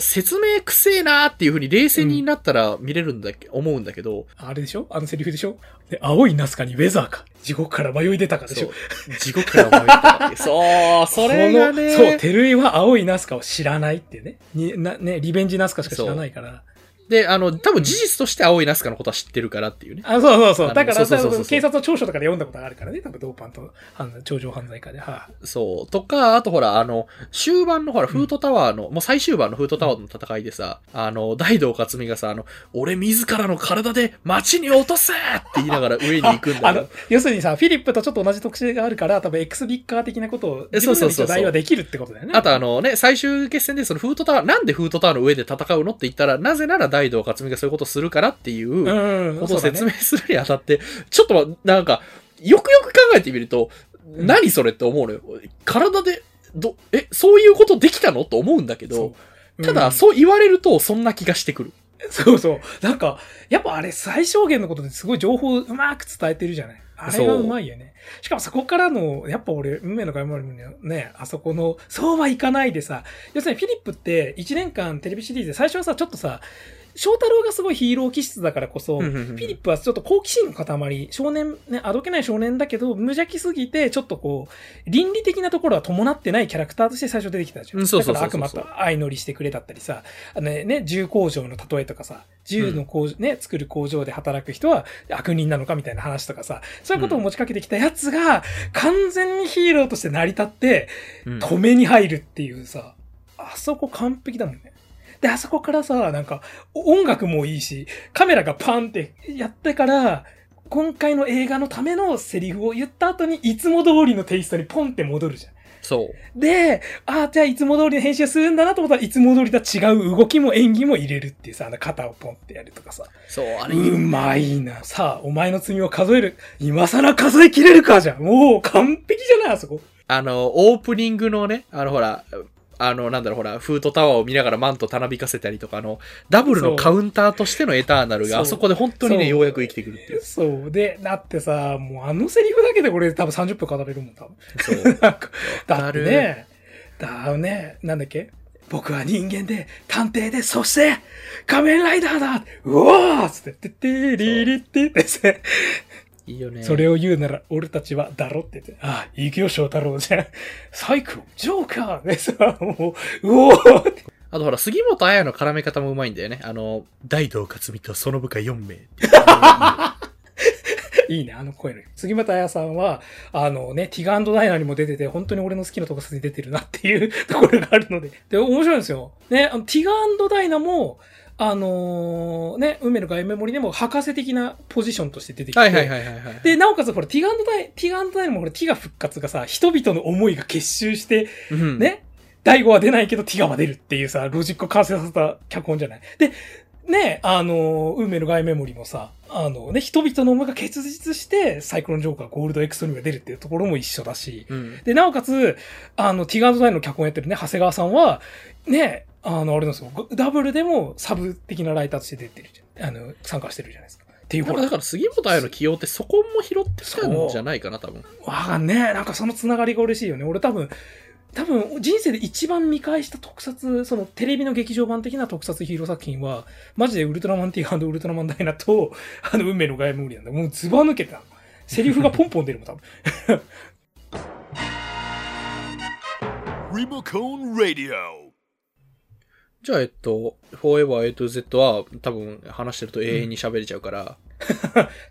Speaker 3: 説明くせえなーっていうふうに冷静になったら見れるんだけ、思うんだけど
Speaker 2: う。、あれでしょあのセリフでしょで青いナスカにウェザーか。地獄から迷い出たかでし
Speaker 3: そ
Speaker 2: ょ
Speaker 3: う。地獄から思い出たっていう。 そう、それがね。
Speaker 2: このそう、照井は青いナスカを知らないってね。になね、リベンジナスカしか知らないから。
Speaker 3: で、あの、多分事実として青いナスカのことは知ってるからっていうね。
Speaker 2: あ、そうそう
Speaker 3: あ
Speaker 2: そう。
Speaker 3: の
Speaker 2: だから、
Speaker 3: そうそうそうそう
Speaker 2: 多分警察の調書とかで読んだことがあるからね。多分、ドーパンと犯罪、頂上犯罪課で。はい、
Speaker 3: そう。とか、あとほら、あの、終盤のほら、フートタワーの、もう最終盤のフートタワーの戦いでさ、あの、大道克美がさ、あの、俺自らの体で街に落とせって言いながら上に行くんだ
Speaker 2: あ
Speaker 3: け
Speaker 2: の
Speaker 3: ど。、
Speaker 2: 要するにさ、フィリップとちょっと同じ特性があるから、多分 X ビッカー的なことを、
Speaker 3: え
Speaker 2: 自分
Speaker 3: そうそう
Speaker 2: の
Speaker 3: そうそう
Speaker 2: 一応代はできるってことだよね。
Speaker 3: あとあのね、最終決戦でそのフートタワー、なんでフートタワーの上で戦うのって言ったら、なぜなら大道克美がそういうことするからっていう、
Speaker 2: うん、
Speaker 3: ことを
Speaker 2: そうだ
Speaker 3: 説
Speaker 2: ね
Speaker 3: 明するにあたって、ちょっとまなんか、よくよく考えてみると、
Speaker 2: うん
Speaker 3: 何それって思うのよ。体で、ど、え、そういうことできたのと思うんだけ
Speaker 2: そ
Speaker 3: ど、
Speaker 2: う
Speaker 3: た
Speaker 2: う
Speaker 3: だ、
Speaker 2: ん
Speaker 3: そう言われると、そんな気がしてくる。
Speaker 2: そうそう。なんか、やっぱあれ最小限のことですごい情報をうまく伝えてるじゃない。あれがうまいよね。しかもそこからの、やっぱ俺、運命の買い物にもね、あそこの、そうはいかないでさ、要するにフィリップって1年間テレビシリーズで最初はさ、ちょっとさ、翔太郎がすごいヒーロー気質だからこそ、
Speaker 3: うんうんうん
Speaker 2: フィリップはちょっと好奇心の塊、少年、ね、あどけない少年だけど、無邪気すぎて、ちょっとこう、倫理的なところは伴ってないキャラクターとして最初出てきたじゃ。
Speaker 3: うんんそうそう
Speaker 2: だ
Speaker 3: そう
Speaker 2: から
Speaker 3: そう
Speaker 2: 悪魔と相乗りしてくれだったりさ、あのね、銃工場の例えとかさ、銃の工場、ね、作る工場で働く人は悪人なのかみたいな話とかさ、そういうことを持ちかけてきたやつが、完全にヒーローとして成り立って、止めに入るっていうさ、あそこ完璧だもんね。で、あそこからさ、なんか、お音楽もいいし、カメラがパンってやってから、今回の映画のためのセリフを言った後に、いつも通りのテイストにポンって戻るじゃん。
Speaker 3: そう。
Speaker 2: で、ああ、じゃあいつも通りの編集をするんだなと思ったらいつも通りとは違う動きも演技も入れるっていうさ、あの肩をポンってやるとかさ。
Speaker 3: そう、あれ、
Speaker 2: うまいな。さあ、お前の罪を数える。今更数えきれるかじゃん。もう完璧じゃない、あそこ。
Speaker 3: あの、オープニングのね、あの、ほら、あの、なんだろう、ほら、フートタワーを見ながらマントたなびかせたりとか、あの、ダブルのカウンターとしてのエターナルが、
Speaker 2: そう
Speaker 3: あそこで本当にね、
Speaker 2: そう
Speaker 3: ようやく生きてくるっていう。
Speaker 2: そう。で、だってさ、もうあのセリフだけでこれ多分30分語れるもん、多分。
Speaker 3: そう。
Speaker 2: なんか、
Speaker 3: わ
Speaker 2: だ
Speaker 3: か
Speaker 2: って
Speaker 3: る
Speaker 2: ね、だね、なんだっけ僕は人間で、探偵で、そして、仮面ライダーだうおーつって、てってリリってですね。
Speaker 3: いいよね。
Speaker 2: それを言うなら、俺たちは、だろって言って、ああ、生きよ翔太郎じゃん。サイクロン、ジョーカーね、さ、もう、うおーって
Speaker 3: あとほら、杉本彩の絡め方もうまいんだよね。あの、大道克美とその部下4名。
Speaker 2: いいね、あの声の。杉本彩さんは、あのね、ティガダイナーにも出てて、本当に俺の好きな特撮に出てるなっていう ところがあるので。で、面白いんですよ。ね、あのティガダイナも、あのーね、梅の外メモリでも博士的なポジションとして出てきて、
Speaker 3: はいはいはいはいはい。
Speaker 2: で、なおかつ、ほら、ティガンドダイ、ティガンドダイナもほら、ティガ復活がさ、人々の思いが結集して、
Speaker 3: うん、
Speaker 2: ね、第5は出ないけどティガは出るっていうさ、ロジックを完成させた脚本じゃない。で、ね、あの、運命の外メモリもさ、あのね、人々の思いが結実して、サイクロンジョーカー、ゴールドエクストリームが出るっていうところも一緒だし、
Speaker 3: うん。
Speaker 2: で、なおかつ、あの、ティガードダイの脚本やってるね、長谷川さんは、ね、あの、あれなんですよ、ダブルでもサブ的なライターとして出てるじゃん。あの、参加してるじゃないですか。っていう
Speaker 3: な
Speaker 2: ほら
Speaker 3: んかだから杉本彩の起用ってそこも拾ってきたんじゃないかな、多分。
Speaker 2: わかんねえ。なんかそのつながりが嬉しいよね。俺多分、多分人生で一番見返した特撮、そのテレビの劇場版的な特撮ヒーロー作品は、マジでウルトラマンティガーウルトラマンダイナと、 あの、運命の外務理なんだ。もうズバ抜けてたの。セリフがポンポン出るもん、多分。
Speaker 4: Remocone Radio.
Speaker 3: じゃあ、えっと、Forever A to Z は多分話してると永遠に喋れちゃうから。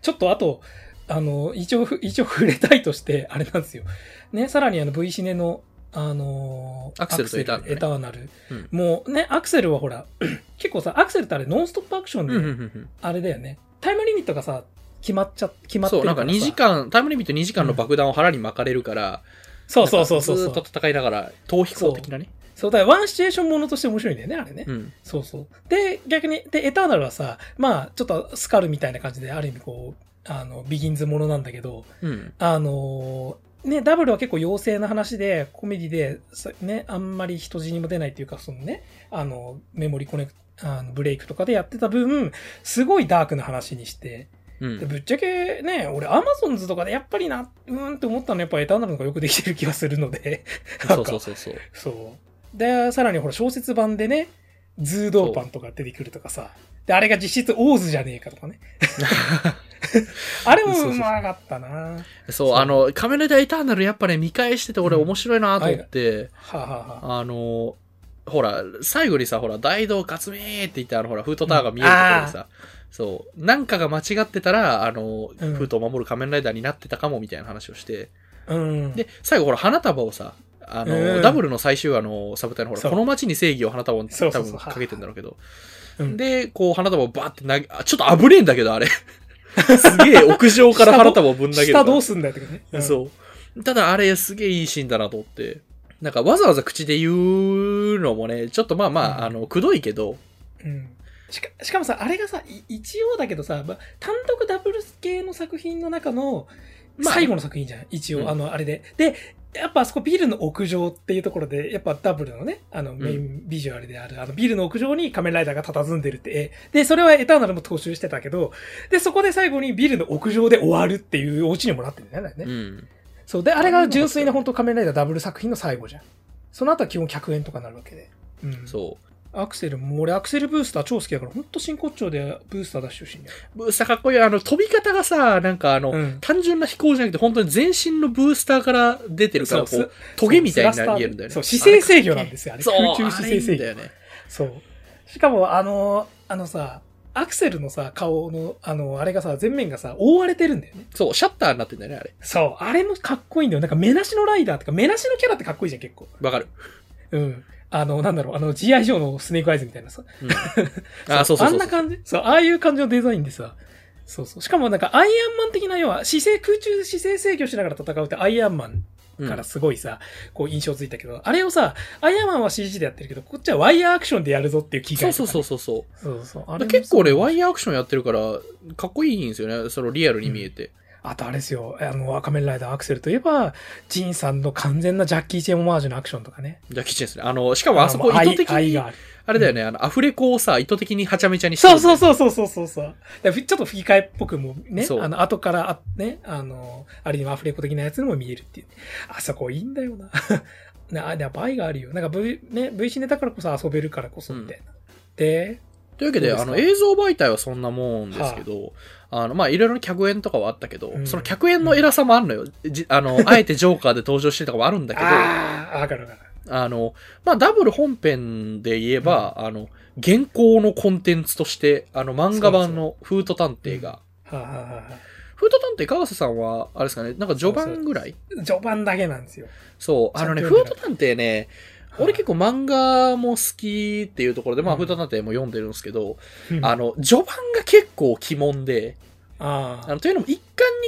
Speaker 2: ちょっとあと、あの、一応、一応触れたいとして、あれなんですよ。ね、さらにあの V シネの、あのー
Speaker 3: アクセルとエターナルね
Speaker 2: エターナル。
Speaker 3: うん
Speaker 2: もうね、アクセルはほら、 結構さ、アクセルってあれノンストップアクション
Speaker 3: う
Speaker 2: で、
Speaker 3: んうんうん
Speaker 2: あれだよね。タイムリミットがさ、決まっちゃ、決
Speaker 3: う
Speaker 2: まっ
Speaker 3: ん。
Speaker 2: てる
Speaker 3: そう、なんか
Speaker 2: さ
Speaker 3: 2時。間、タイムリミット2時間の爆弾を腹に巻かれるから、
Speaker 2: そうそうそうそう
Speaker 3: ず
Speaker 2: そ
Speaker 3: ーっと
Speaker 2: う。
Speaker 3: 戦いながら、逃避行的なね。
Speaker 2: そうだよワンシチュエーションものとして面白いんだよね、あれね。
Speaker 3: うん。
Speaker 2: そうそう。で、逆に、で、エターナルはさ、まあ、ちょっとスカルみたいな感じで、ある意味こう、あの、ビギンズものなんだけど、
Speaker 3: うん。
Speaker 2: あのーね、ダブルは結構妖精な話で、コメディで、さね、あんまり人死にも出ないっていうか、そのね、あの、メモリコネクト、あのブレイクとかでやってた分、すごいダークな話にして、
Speaker 3: う
Speaker 2: で
Speaker 3: ん。
Speaker 2: ぶっちゃけね、俺、アマゾンズとかでやっぱりな、うーんって思ったのはやっぱエターナルの方がよくできてる気がするので、なん
Speaker 3: そう
Speaker 2: か
Speaker 3: そう そうそう。
Speaker 2: そうで、さらにほら、小説版でね、ズードーパンとか出てくるとかさ、で、あれが実質オーズじゃねえかとか ね。あれもうまかったなは
Speaker 3: そう、あの、仮面ライダーエターナルやっぱね、見返してて俺
Speaker 2: うん
Speaker 3: 面白いなと思って、
Speaker 2: あ、はあはあ、
Speaker 3: あの、ほら、最後にさ、ほら、大道克美って言って、あの、ほら、フートタワーが見えるところにさ、そう、なんかが間違ってたら、あの、
Speaker 2: うん
Speaker 3: フートを守る仮面ライダーになってたかも、みたいな話をして、
Speaker 2: うん。
Speaker 3: で、最後、ほら、花束をさ、あの、
Speaker 2: うん
Speaker 3: ダブルの最終話のサブタイのほら、
Speaker 2: そう
Speaker 3: この街に正義を花束を
Speaker 2: そ
Speaker 3: 多
Speaker 2: うそうそう
Speaker 3: 分かけてんだろうけど、
Speaker 2: うん
Speaker 3: で、こう、花束をバーって投げ、あちょっと危ねえんだけ ど、あれ。すげえ、屋上から花束をぶん投げるから。
Speaker 2: 下どうすんだよってね。うん
Speaker 3: そう。ただあれすげえいいシーンだなと思って。なんかわざわざ口で言うのもね、ちょっとまあまあ、あの、くどいけど、
Speaker 2: うんしかしかもさ、あれがさ、い一応だけどさ、まあ、単独ダブル系の作品の中の
Speaker 3: まあ
Speaker 2: 最後の作品じゃん、一応、
Speaker 3: うん
Speaker 2: あの、あれで。で、やっぱあそこビルの屋上っていうところで、やっぱダブルのね、あのメインビジュアルである、あのビルの屋上に仮面ライダーが佇んでるって絵。で、それはエターナルも踏襲してたけど、で、そこで最後にビルの屋上で終わるっていうオチにもなってるんだよね。
Speaker 3: うん。
Speaker 2: そう。で、あれが純粋な本当仮面ライダーダブル作品の最後じゃん。その後は基本100円とかになるわけで。うん。
Speaker 3: そ
Speaker 2: アクセルも、俺アクセルブースター超好きだから、ほんと真骨頂でブースター出してほしいんだよ。
Speaker 3: う。ブースターかっこいいよ。あの、飛び方がさ、なんかあの、
Speaker 2: うん
Speaker 3: 単純な飛行じゃなくて、本当に全身のブースターから出てるから、こ
Speaker 2: そう
Speaker 3: う、トゲみたいにな見えるんだよね。
Speaker 2: そう、姿勢制御なんですよ、あれ。
Speaker 3: そ
Speaker 2: 空
Speaker 3: う、空
Speaker 2: 中
Speaker 3: 中
Speaker 2: 姿
Speaker 3: 姿
Speaker 2: 勢
Speaker 3: 勢
Speaker 2: 制
Speaker 3: だよ
Speaker 2: 御。
Speaker 3: ね。
Speaker 2: そう。しかも、あの、あのさ、アクセルのさ、顔の、あの、あれがさ、前面がさ、覆われてるんだよね。
Speaker 3: そう、シャッターになってんだよね、あれ。
Speaker 2: そう。あれもかっこいいんだよ。なんか、目なしのライダーとか、目なしのキャラってかっこいいじゃん、結構。
Speaker 3: わかる。
Speaker 2: うん。あの、なんだろう、あの、GI 上のスネークアイズみたいなさ。
Speaker 3: うんあ、そうそうそうそう。
Speaker 2: あんな感じそう、ああいう感じのデザインでさ。そうそう。しかもなんかアイアンマン的な要は姿勢、空中姿勢制御しながら戦うってアイアンマン
Speaker 3: うん
Speaker 2: からすごいさ、こう印象ついたけど、あれをさ、アイアンマンは CG でやってるけど、こっちはワイヤーアクションでやるぞっていう気
Speaker 3: そ
Speaker 2: が
Speaker 3: うそうそううそうそう。
Speaker 2: そうそう。あ
Speaker 3: で
Speaker 2: も
Speaker 3: 結構ね、
Speaker 2: そう
Speaker 3: ワイヤーアクションやってるから、かっこいいんですよね。そのリアルに見えて。
Speaker 2: あとあれですよ、あの、仮面ライダーアクセルといえば、ジンさんの完全なジャッキー・チェン・オマージュのアクションとかね。
Speaker 3: ジャッキーチェンですね。あの、しかもあそこ
Speaker 2: の
Speaker 3: 意図的
Speaker 2: 愛愛
Speaker 3: に、
Speaker 2: が
Speaker 3: あ
Speaker 2: ある。
Speaker 3: れだよね、あの、アフレコをさ、意図的にはちゃめちゃにして。
Speaker 2: そうそううそうそうそうそうそう。だからちょっと吹き替えっぽくもね、
Speaker 3: そう
Speaker 2: あの、後からあ、ね、あの、ある意味アフレコ的なやつにも見えるっていう。あそこいいんだよな。 なあ、でも倍があるよ。なんか V、ね、VC ネタからこそ遊べるからこそみたいな。で、
Speaker 3: というわけで、
Speaker 2: どうです
Speaker 3: あ
Speaker 2: か
Speaker 3: の、映像媒体はそんなもんですけど、あの、まあ、いろいろな客演とかはあったけど、
Speaker 2: うん
Speaker 3: その客演の偉さもあるのよ。じ あの、あえてジョーカーで登場してとかもあるんだけど、あ
Speaker 2: ああ、わかるわかる。
Speaker 3: の、まあ、ダブル本編で言えば、あの、原稿のコンテンツとして、あの、漫画版のフート探偵が、
Speaker 2: はあ、はあはあは
Speaker 3: フート探偵、川瀬さんは、あれですかね、なんか序盤ぐらい
Speaker 2: あ、序盤だけなんですよ。
Speaker 3: そう、
Speaker 2: ちゃ
Speaker 3: あ
Speaker 2: んと
Speaker 3: のね、
Speaker 2: 読
Speaker 3: フ
Speaker 2: ん
Speaker 3: ー
Speaker 2: で
Speaker 3: ト
Speaker 2: ない
Speaker 3: 探偵ね、俺結構漫画も好きっていうところで、まあ、
Speaker 2: うん
Speaker 3: フート探偵も読んでるんですけど、
Speaker 2: うん
Speaker 3: あの、序盤が結構鬼門で、
Speaker 2: あ
Speaker 3: あ
Speaker 2: あ、
Speaker 3: の、というのも、1巻2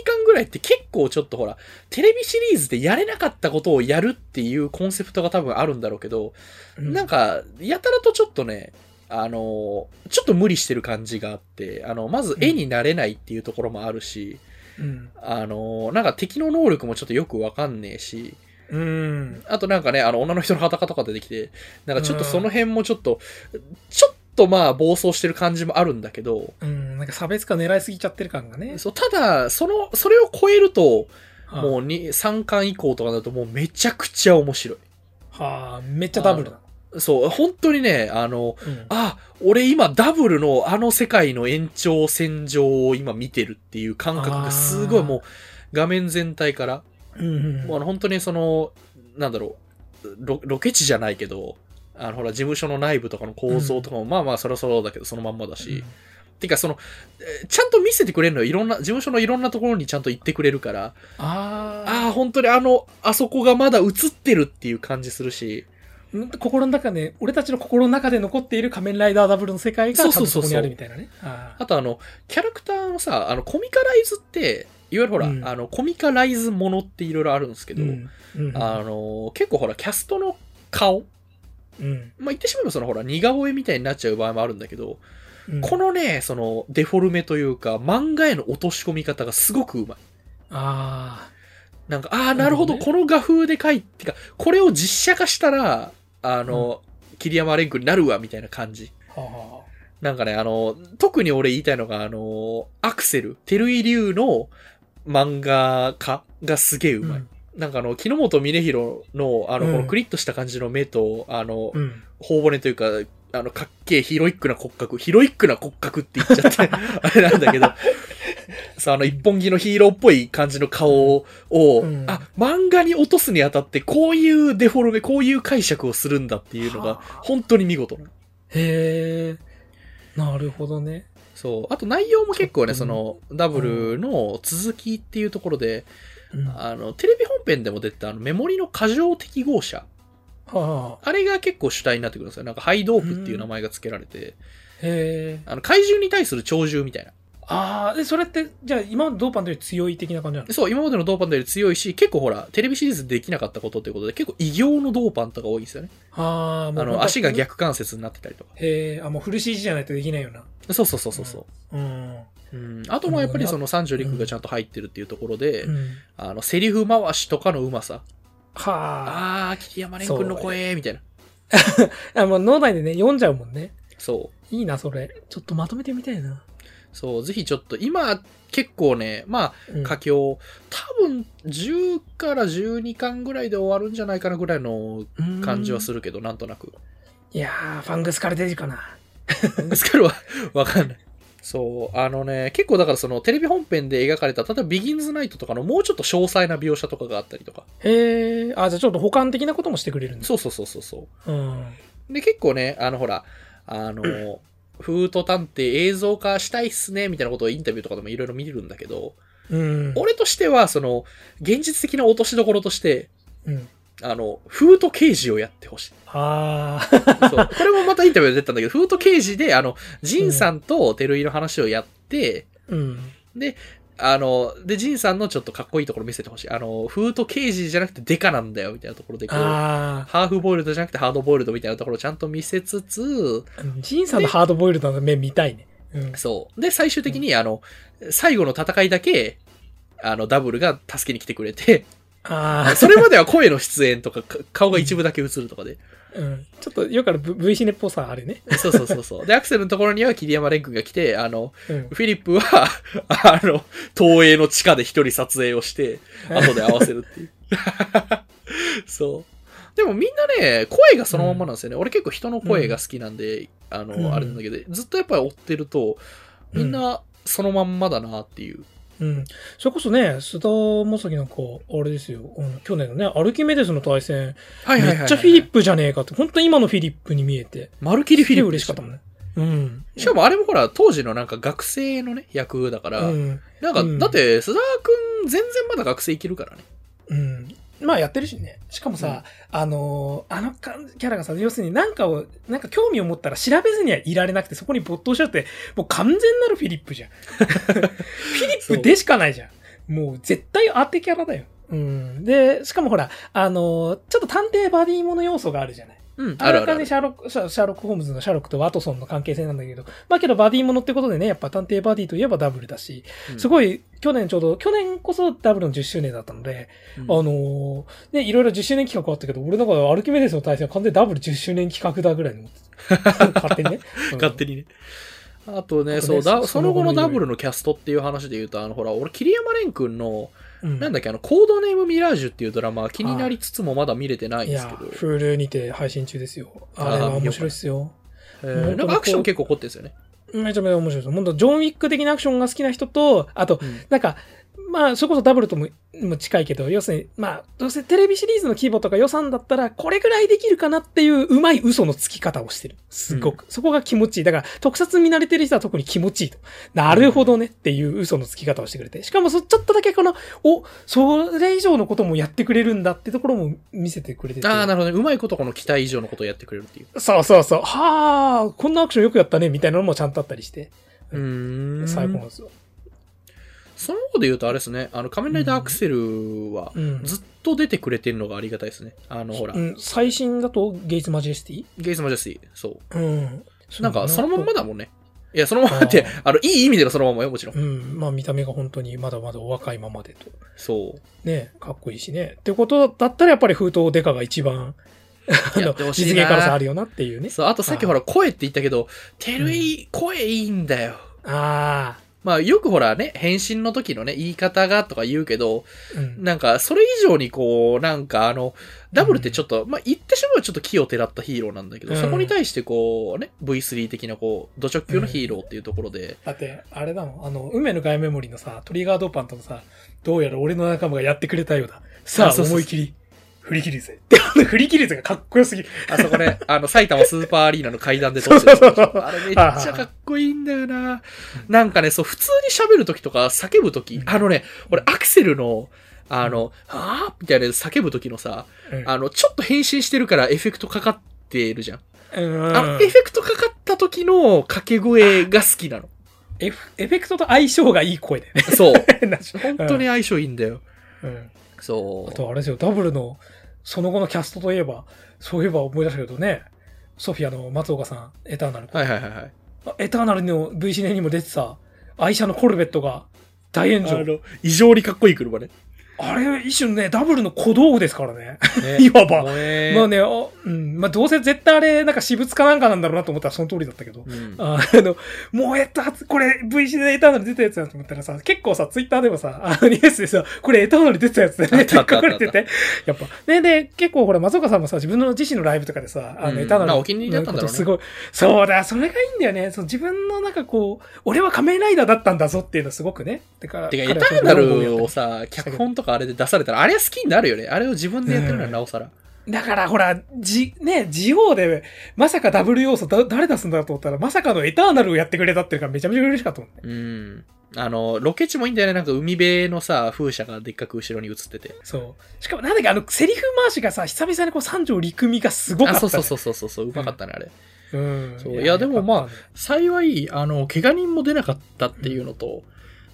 Speaker 3: 巻ぐらいって結構ちょっとほら、テレビシリーズでやれなかったことをやるっていうコンセプトが多分あるんだろうけど、なん
Speaker 2: か、
Speaker 3: か、やたらとちょっとね、あの、ちょっと無理してる感じがあって、あの、まず絵になれないっていうところもあるし、
Speaker 2: うん。
Speaker 3: あの、なんか敵の能力もちょっとよくわかんねえし、
Speaker 2: うん。
Speaker 3: あとなんかね、あの、女の人の裸とか出てきて、なんかちょっとその辺もちょっと、ちょっとまあ暴走してる感じもあるんだけど、
Speaker 2: うん。なんか差別化狙いすぎちゃってる感がね。
Speaker 3: そうただ、その、それを超えると、
Speaker 2: はあ
Speaker 3: もうに3巻以降とかだともうめちゃくちゃ面白い。
Speaker 2: はあ、めっちゃダブルだ。
Speaker 3: そう、本当にね、あの、
Speaker 2: うん
Speaker 3: あ、俺今ダブルのあの世界の延長線上を今見てるっていう感覚がすごい
Speaker 2: あー
Speaker 3: もう画面全体から、
Speaker 2: うん
Speaker 3: もうあの本当にその、なんだろうロ、ロケ地じゃないけど、あのほら事務所の内部とかの構造とかも、まあまあそろそろだけどそのまんまだし、てかその、えーちゃんと見せてくれるのよ。いろんな、事務所のいろんなところにちゃんと行ってくれるから、
Speaker 2: ああ
Speaker 3: ああ、本当にあの、あそこがまだ映ってるっていう感じするし、
Speaker 2: なんか心の中で、俺たちの心の中で残っている仮面ライダーダブルの世界が多
Speaker 3: そうそ
Speaker 2: 分
Speaker 3: うそ
Speaker 2: そうこ
Speaker 3: そう
Speaker 2: にあるみたいなね。ああ
Speaker 3: あとあの、キャラクターのさ、あの、コミカライズって、いわゆるほら、
Speaker 2: うん
Speaker 3: あの、コミカライズものっていろいろあるんですけど、
Speaker 2: うんうん
Speaker 3: あの、結構ほら、キャストの顔、
Speaker 2: うん
Speaker 3: まあ、言ってしまえばそのほら、似顔絵みたいになっちゃう場合もあるんだけど、
Speaker 2: うん
Speaker 3: このね、その、デフォルメというか、漫画への落とし込み方がすごくうまい。
Speaker 2: あ
Speaker 3: なんか、ああ、なるほど、
Speaker 2: なる
Speaker 3: この画風で描いてか、これを実写化したら、あの、桐山蓮君になるわ、みたいな感じ。
Speaker 2: あ、は
Speaker 3: なんかね、あの、特に俺言いたいのが、あの、アクセル、照井龍の漫画家がすげえ
Speaker 2: あ
Speaker 3: うまい。なんかあの、木之本峰弘の、あの、
Speaker 2: うん
Speaker 3: このクリッとした感じの目と、あの、
Speaker 2: うんうん
Speaker 3: 頬骨というか、あの、かっけえヒロイックな骨格、ヒロイックな骨格って言っちゃって、 あれなんだけど、さあ、の、一本木のヒーローっぽい感じの顔を、
Speaker 2: うん
Speaker 3: あ、漫画に落とすにあたって、こういうデフォルメ、こういう解釈をするんだっていうのが
Speaker 2: は、あ
Speaker 3: 本当に見事な。
Speaker 2: へえ、なるほどね。
Speaker 3: そう。あと内容も結構
Speaker 2: ち
Speaker 3: ね、
Speaker 2: ょ
Speaker 3: そ
Speaker 2: っとね
Speaker 3: の、ダブルの続きっていうところで、
Speaker 2: うんは
Speaker 3: あの、テレビ本編でも出てた、あの、メモリの過剰適合者。
Speaker 2: あ、
Speaker 3: あれが結構主体になってくるんですよ。なんか、ハイドープっていう名前が付けられて、
Speaker 2: へえ。
Speaker 3: あの、怪獣に対する鳥獣みたいな。
Speaker 2: ああ、でそれって、じゃあ今のドーパントより強い的な感じなの
Speaker 3: そう、今までのドーパントより強いし、結構ほら、テレビシリーズでできなかったことっていうことで、結構異形のドーパントが多いんですよね。
Speaker 2: ああ、も
Speaker 3: あ
Speaker 2: う
Speaker 3: の、足が。逆関節になってたりとか。
Speaker 2: へえ、あ、もうフル CG じゃないとできないよな。
Speaker 3: そうそうそうそうそう。
Speaker 2: うん。
Speaker 3: うん、あともやっぱりその三条陸がちゃんと入ってるっていうところで、
Speaker 2: うん
Speaker 3: あの、セリフ回しとかのうまさ。
Speaker 2: はあ。
Speaker 3: あー、桐山蓮君の声、みたいな。
Speaker 2: あ、もう脳内でね、読んじゃうもんね。
Speaker 3: そう。
Speaker 2: いいな、それ。ちょっとまとめてみたいな。
Speaker 3: そう、ぜひちょっと、今、結構ね、ま
Speaker 2: うん
Speaker 3: あ、佳境、多分、10から12巻ぐらいで終わるんじゃないかなぐらいの感じはするけど、なんとなく。
Speaker 2: いやー、ファングスから出てるかな。
Speaker 3: ですからわ、わかんない。そう、あのね、結構だからその、テレビ本編で描かれた、例えば、ビギンズナイトとかのもうちょっと詳細な描写とかがあったりとか。
Speaker 2: へえ、あ、じゃあちょっと補完的なこともしてくれるんだ。
Speaker 3: そうそうそうそうそ
Speaker 2: う
Speaker 3: う。
Speaker 2: ん。
Speaker 3: で、結構ね、あの、ほら、あの、フート探偵映像化したいっすね、みたいなことをインタビューとかでもいろいろ見るんだけど、
Speaker 2: うん。
Speaker 3: 俺としては、その、現実的な落としどころとして、
Speaker 2: うん。
Speaker 3: あの、フート刑事をやってほしい。
Speaker 2: あー。
Speaker 3: そう。これもまたインタビューで出てたんだけど、フート刑事で、あの、ジンさんとテルイの話をやって、
Speaker 2: うん。
Speaker 3: あの、で、ジンさんのちょっとかっこいいところ見せてほしい。あの、フート刑事じゃなくてデカなんだよ、みたいなところでこう、
Speaker 2: あ
Speaker 3: ハーフボイルドじゃなくてハードボイルドみたいなところをちゃんと見せつつ、
Speaker 2: ー。ジンさんのハードボイルドの目見たいね。うん。
Speaker 3: そう。で、最終的に、あの、最後の戦いだけ、あの、ダブルが助けに来てくれて、
Speaker 2: あ
Speaker 3: それまでは声の出演とか、か顔が一部だけ映るとかで、
Speaker 2: ー。うん。ちょっとよくある V シネっぽさあるね。
Speaker 3: そうそうそうそう。で、アクセルのところには桐山蓮君が来て、あの、
Speaker 2: うん。
Speaker 3: フィリップは、 あの、東映の地 下で一人撮影をして、後で合わせるっていう。そう。でもみんなね、声がそのままなんですよね。俺結構人の声が好きなんで、あの、
Speaker 2: うん
Speaker 3: あれなんだけど、ずっとやっぱり追ってると、みんなそのまんまだなっていう。
Speaker 2: うん。それこそね、須田正樹なんか、あれですよ、うん去年のね、アルキメデスの対戦、
Speaker 3: は
Speaker 2: めっちゃフィリップじゃねえかって、本当に今のフィリップに見えて、
Speaker 3: まるきりフィリップで
Speaker 2: 嬉し
Speaker 3: した
Speaker 2: かったもんね。うん。
Speaker 3: しかもあれもほら、当時のなんか学生のね、役だから、
Speaker 2: うん。
Speaker 3: なんか、
Speaker 2: うん
Speaker 3: だって、須田くん全然まだ学生いけるからね。
Speaker 2: うん。まあやってるしね。しかもさ、あのーあの感じキャラがさ、要するになんかを、なんか興味を持ったら調べずにはいられなくて、そこに没頭しちゃって、もう完全なるフィリップじゃ ん。フィリップでしかないじゃん。もう絶対当てキャラだよ。うん。で、しかもほら、あのーちょっと探偵バディもの要素があるじゃない。
Speaker 3: うん、あ
Speaker 2: あら
Speaker 3: るある
Speaker 2: か
Speaker 3: あ
Speaker 2: ね
Speaker 3: る
Speaker 2: シ。ャーロック、シャシャーロック・ホームズのシャーロックとワトソンの関係性なんだけど、まあけどバディものってことでね、やっぱ探偵バディといえばダブルだし、
Speaker 3: うん
Speaker 2: すごい去年ちょうど、去年こそダブルの10周年だったので、
Speaker 3: うん
Speaker 2: あのーね、いろいろ10周年企画あったけど、俺の中でアルキメデスの対戦は完全にダブル10周年企画だぐらいに 思ってた。勝手にね。
Speaker 3: 勝手にね。あとね、
Speaker 2: あとね
Speaker 3: そうだ、
Speaker 2: そ
Speaker 3: その後の
Speaker 2: その後のいろいろ
Speaker 3: ダブルのキャストっていう話で言うと、あの、ほら、俺、桐山蓮くんの、
Speaker 2: に。うん、
Speaker 3: なん
Speaker 2: だ
Speaker 3: だっけ、あの、コードネームミラージュっていうドラマは気になりつつもまだ見れてないん
Speaker 2: い
Speaker 3: です
Speaker 2: や
Speaker 3: けど、、
Speaker 2: フールにて配信中ですよ。あれは面白いっすよ。
Speaker 3: えーなんかアクション結構凝ってるんですよね。
Speaker 2: めちゃめちゃ面白いですよ。本当ジョン・ウィック的なアクションが好きな人と、あと、なんか、まあ、それこそダブルともも近いけど、要するに、まあ、どうせテレビシリーズの規模とか予算だったら、これぐらいできるかなっていう、うまい嘘のつき方をしてる。すごく。そこが気持ちいい。だから、特撮見慣れてる人は特に気持ちいいと。なるほどねっていう嘘のつき方をしてくれて。しかも、そ、ちょっとだけこの、お、それ以上のこともやってくれるんだってところも見せてくれてて。
Speaker 3: ああ、なるほどね。うまいことこの期待以上のことをやってくれるっていう。
Speaker 2: そうそうそう。はあ、こんなアクションよくやったね、みたいなのもちゃんとあったりして。
Speaker 3: うーん。
Speaker 2: 最高なんですよ。
Speaker 3: その後で言うとあれですね、あの、仮面ライダーアクセルは
Speaker 2: う、ん。
Speaker 3: ずっと出てくれてるのがありがたいですね。あの、ほら
Speaker 2: う、ん、最新だと、ゲイツ・マジェスティ
Speaker 3: ゲイズ・マジェスティ、そう。
Speaker 2: うん。
Speaker 3: なんか、そのまんま
Speaker 2: だ。
Speaker 3: だもんね。いや、そのまんまって、あの、いい意味でのそのまんまよ、もちろん
Speaker 2: う。ん。まあ見た目が本当にまだまだお若いままでと。
Speaker 3: そう。
Speaker 2: ねかっこいいしね。ってことだったらやっぱり封筒デカが一番、あ
Speaker 3: や
Speaker 2: の
Speaker 3: ってほしい
Speaker 2: 実
Speaker 3: な
Speaker 2: 現可能性あるよなっていうね。
Speaker 3: そう、あとさっきほら、声って言ったけど、てるい、声いいんだよ。
Speaker 2: あ
Speaker 3: まあ、よくほらね、返信の時のね、言い方がとか言うけど、
Speaker 2: あ。うん。
Speaker 3: なんか、それ以上にこう、なんかあの、ダブルってちょっと、まあ、言ってしまうちょっと気をてらったヒーローなんだけど、
Speaker 2: うん
Speaker 3: そこに対してこう、ね、V3 的なこう、土直球のヒーローっていうところで、
Speaker 2: だって、あれだもん。あの、梅のガイメモリーのさ、トリガードパンとのさ、どうやら俺の仲間がやってくれたようだ。さ
Speaker 3: あ
Speaker 2: あ、
Speaker 3: そうそうそう
Speaker 2: 思い切り、振り切るぜ。で、あの振り切るぜがかっこよすぎる。
Speaker 3: あそ こね、あの、埼玉スーパーアリーナの階段で撮ってる
Speaker 2: そうそうそう
Speaker 3: あれめっちゃかっこいいんだよな。なんかね、そう、普通に喋るときとか、叫ぶとき
Speaker 2: う、ん
Speaker 3: あのね、俺、アクセルの、あの、はぁみたいな叫ぶときのさ、
Speaker 2: うん
Speaker 3: あの、ちょっと変身してるからエフェクトかかってるじゃん。
Speaker 2: うん
Speaker 3: あの、エフェクトかかった時の掛け声が好きな の。
Speaker 2: エフエフェクトと相性がいい 声だよね。
Speaker 3: そう。
Speaker 2: 本
Speaker 3: 本当に。相性いいんだよ。
Speaker 2: うん
Speaker 3: そ
Speaker 2: あ
Speaker 3: う。
Speaker 2: とあれですよ、ダブルの、その後のキャストといえば、そういえば思い出したけどね、ソフィアの松岡さん、エターナル。
Speaker 3: はいはいはいはい。
Speaker 2: あエターナルの V シネにも出てた、愛車のコルベットが大
Speaker 3: あ
Speaker 2: 炎上。
Speaker 3: の、異常にかっこいい車ね。
Speaker 2: あれ、一種のね、ダブルの小道具ですからね。
Speaker 3: ね
Speaker 2: いわば
Speaker 3: もうね
Speaker 2: まあね、あうん、まあどうせ絶対あれ、なんか私物かなんかなんだろうなと思ったらその通りだったけど。
Speaker 3: うん
Speaker 2: ああの、もうえっと、これ V シネエターナル出たやつだと思ったらさ、結構さ、ツイッターでもさ、あのニュースでさ、これエターナル出てたやつだよ
Speaker 3: あ
Speaker 2: ね
Speaker 3: っ
Speaker 2: った
Speaker 3: あ
Speaker 2: て
Speaker 3: ったあ
Speaker 2: 書
Speaker 3: った
Speaker 2: か
Speaker 3: あった
Speaker 2: れてて、やっぱ。ね、で、結構ほら、松岡さんもさ、自分の自身のライブとかでさ、あ
Speaker 3: うん
Speaker 2: の、エターナル
Speaker 3: まあ
Speaker 2: の
Speaker 3: お気に入りだったんだろ
Speaker 2: こ
Speaker 3: うね
Speaker 2: とすごい。そうだ、それがいいんだよね。その自分のなんかこう、俺は仮面ライダーだったんだぞっていうのすごくね。てか、
Speaker 3: てか、エ
Speaker 2: 彼
Speaker 3: タ
Speaker 2: はその
Speaker 3: ーナ
Speaker 2: ブログを
Speaker 3: ル
Speaker 2: や
Speaker 3: を
Speaker 2: って
Speaker 3: さ、脚本とかあれで出されたら、あれ好きになるよね。あれを自分でやってるのは
Speaker 2: うん
Speaker 3: なおさら。
Speaker 2: だからほら、じ、ね、ジオで、まさかダブル要素だ、誰出すんだろうと思ったら、まさかのエターナルをやってくれたっていうからめちゃめちゃ嬉しかったもんね。
Speaker 3: うん。あの、ロケ地もいいんだよね。なんか海辺のさ、風車がでっかく後ろに映ってて。
Speaker 2: そう。しかも、なんだっけ、あの、セリフ回しがさ、久々にこう、三条陸みがすごかっ
Speaker 3: あ、
Speaker 2: た、
Speaker 3: そ
Speaker 2: ね。
Speaker 3: うそうそうそうそう、うまかったね、あれ。
Speaker 2: う。うん。
Speaker 3: そういやでもまあ
Speaker 2: よかっ
Speaker 3: 幸い、あの、怪我人も出なかったっていうのと、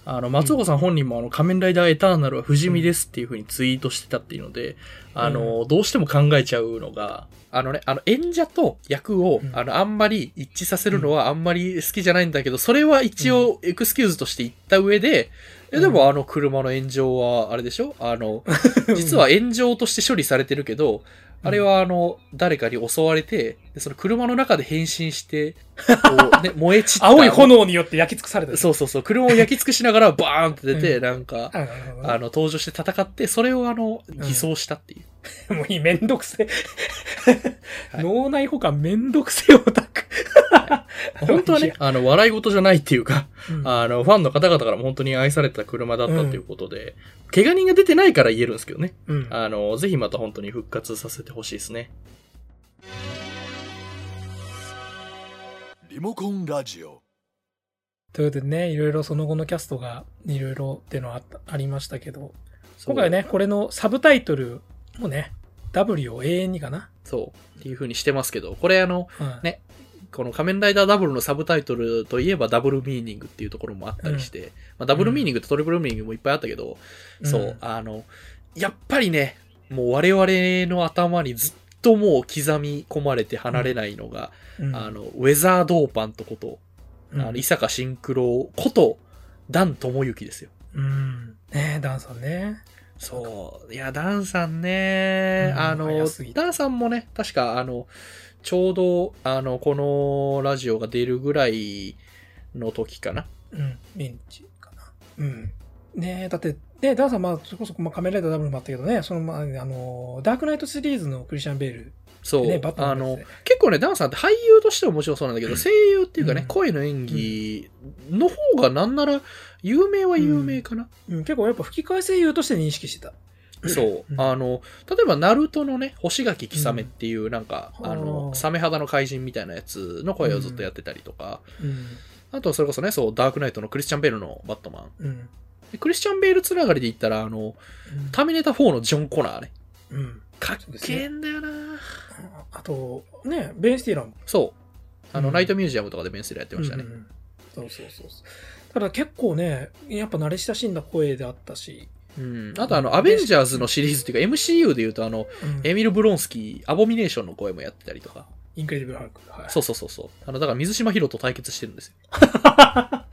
Speaker 3: あの、松岡さん本人も、あの、仮面ライダーエターナルは不死身ですっていうふうにツイートしてたっていうので、あの、どうしても考えちゃうのが、あのね、あの、演者と役を、
Speaker 2: うん
Speaker 3: あの、あんまり一致させるのはあんまり好きじゃないんだけど、それは一応エクスキューズとして言った上で、えで
Speaker 2: う
Speaker 3: もあの車の炎上は、あれでしょ あの、実は炎上として処理されてるけど、あれはあの、誰かに襲われて、でその車の中で変身 して、こうね、燃え散った
Speaker 2: 青い炎によって焼き尽くされた。
Speaker 3: そうそうそう、車を焼き尽くしな がらバーンって出て、
Speaker 2: う
Speaker 3: なんか、
Speaker 2: あなるほどね
Speaker 3: あの、登場して戦って、それをあの、偽装したっていう。
Speaker 2: もういい、めんどくせ
Speaker 3: は。い
Speaker 2: 脳内保管めんどくせオタク。
Speaker 3: 本当は ね、あの、笑い事じゃないっていうか、
Speaker 2: うん
Speaker 3: あの、ファンの方々からも本当に愛された車だったということで、怪我人が出てないから言えるんですけどね。
Speaker 2: うん。
Speaker 3: あの、ぜひまた本当に復活させてほしいですね。
Speaker 4: リモコンラジオ
Speaker 2: ということでね、いろいろその後のキャストがいろいろっていうのはあったありましたけど、
Speaker 3: そう
Speaker 2: 今回は。ね、これのサブタイトルもね、W を永遠にかな。
Speaker 3: そう。っていう風にしてますけど、これあの、
Speaker 2: うん
Speaker 3: ねこの仮面ライダーダブルのサブタイトルといえばダブルミーニングっていうところもあったりして、まあ、ダブルミーニングとトリプルミーニングもいっぱいあったけど、そう、。あの、やっぱりね、もう我々の頭にずっともう刻み込まれて離れないのが、
Speaker 2: うん
Speaker 3: あの、ウェザードーパンとこと、
Speaker 2: うん
Speaker 3: あの、伊坂慎九郎こと、ダン智之ですよ。
Speaker 2: うん。ねダンさんね。
Speaker 3: そう。いや、ダンさんね、
Speaker 2: うん
Speaker 3: あの
Speaker 2: 早すぎ、て
Speaker 3: ダンさんもね、確か、あの、ちょうど、あの、このラジオが出るぐらいの時かな。
Speaker 2: うん。ミンチかな。うん。ねだって、ねダンさん、まあ、それこそ、まあ、カメライダーダブルもあったけどね、その、まあ、あの、ダークナイトシリーズのクリスチャン・ベール、
Speaker 3: そう、
Speaker 2: ね、バットマ
Speaker 3: あ
Speaker 2: ンです
Speaker 3: の
Speaker 2: ね、
Speaker 3: 結構ね、ダンさんって俳優としてももちろんそうなんだけど、声優っていうかね、
Speaker 2: うん
Speaker 3: 声の演技の方がなんなら有名は有名かな。
Speaker 2: うん、結構やっぱ吹き替え声優として認識してた。
Speaker 3: そう
Speaker 2: う。ん
Speaker 3: あの、例えば、ナルトのね、星垣きさめっていう、なんか、
Speaker 2: うん
Speaker 3: あ
Speaker 2: は
Speaker 3: の、
Speaker 2: あ
Speaker 3: サメ肌の怪人みたいなやつの声をずっとやってたりとか、
Speaker 2: うん。
Speaker 3: あとはそれこそね、そう、ダークナイトのクリスチャン・ベールのバットマン。
Speaker 2: うん。
Speaker 3: でクリスチャン・ベールつながりで言ったら、あの、ターミネーター4のジョン・コナーね。
Speaker 2: うん。
Speaker 3: かっけえんだよな
Speaker 2: あと、ね、ベン・スティーランも
Speaker 3: そう。あの、
Speaker 2: うん
Speaker 3: ナイトミュージアムとかでベンスでやってましたね。
Speaker 2: うんうんそうそうそうそう。ただ結構ね、やっぱ慣れ親しんだ声であったし、
Speaker 3: うんあとあの、アベンジャーズのシリーズっていうか、MCU で言うと、あの、
Speaker 2: うん
Speaker 3: エミル・ブロンスキー、アボミネーションの声もやってたりとか。
Speaker 2: インクレディブル・ハルク。はい
Speaker 3: そうそうそうそう。あの、だから水島ヒロと対決してるんですよ。
Speaker 2: 確か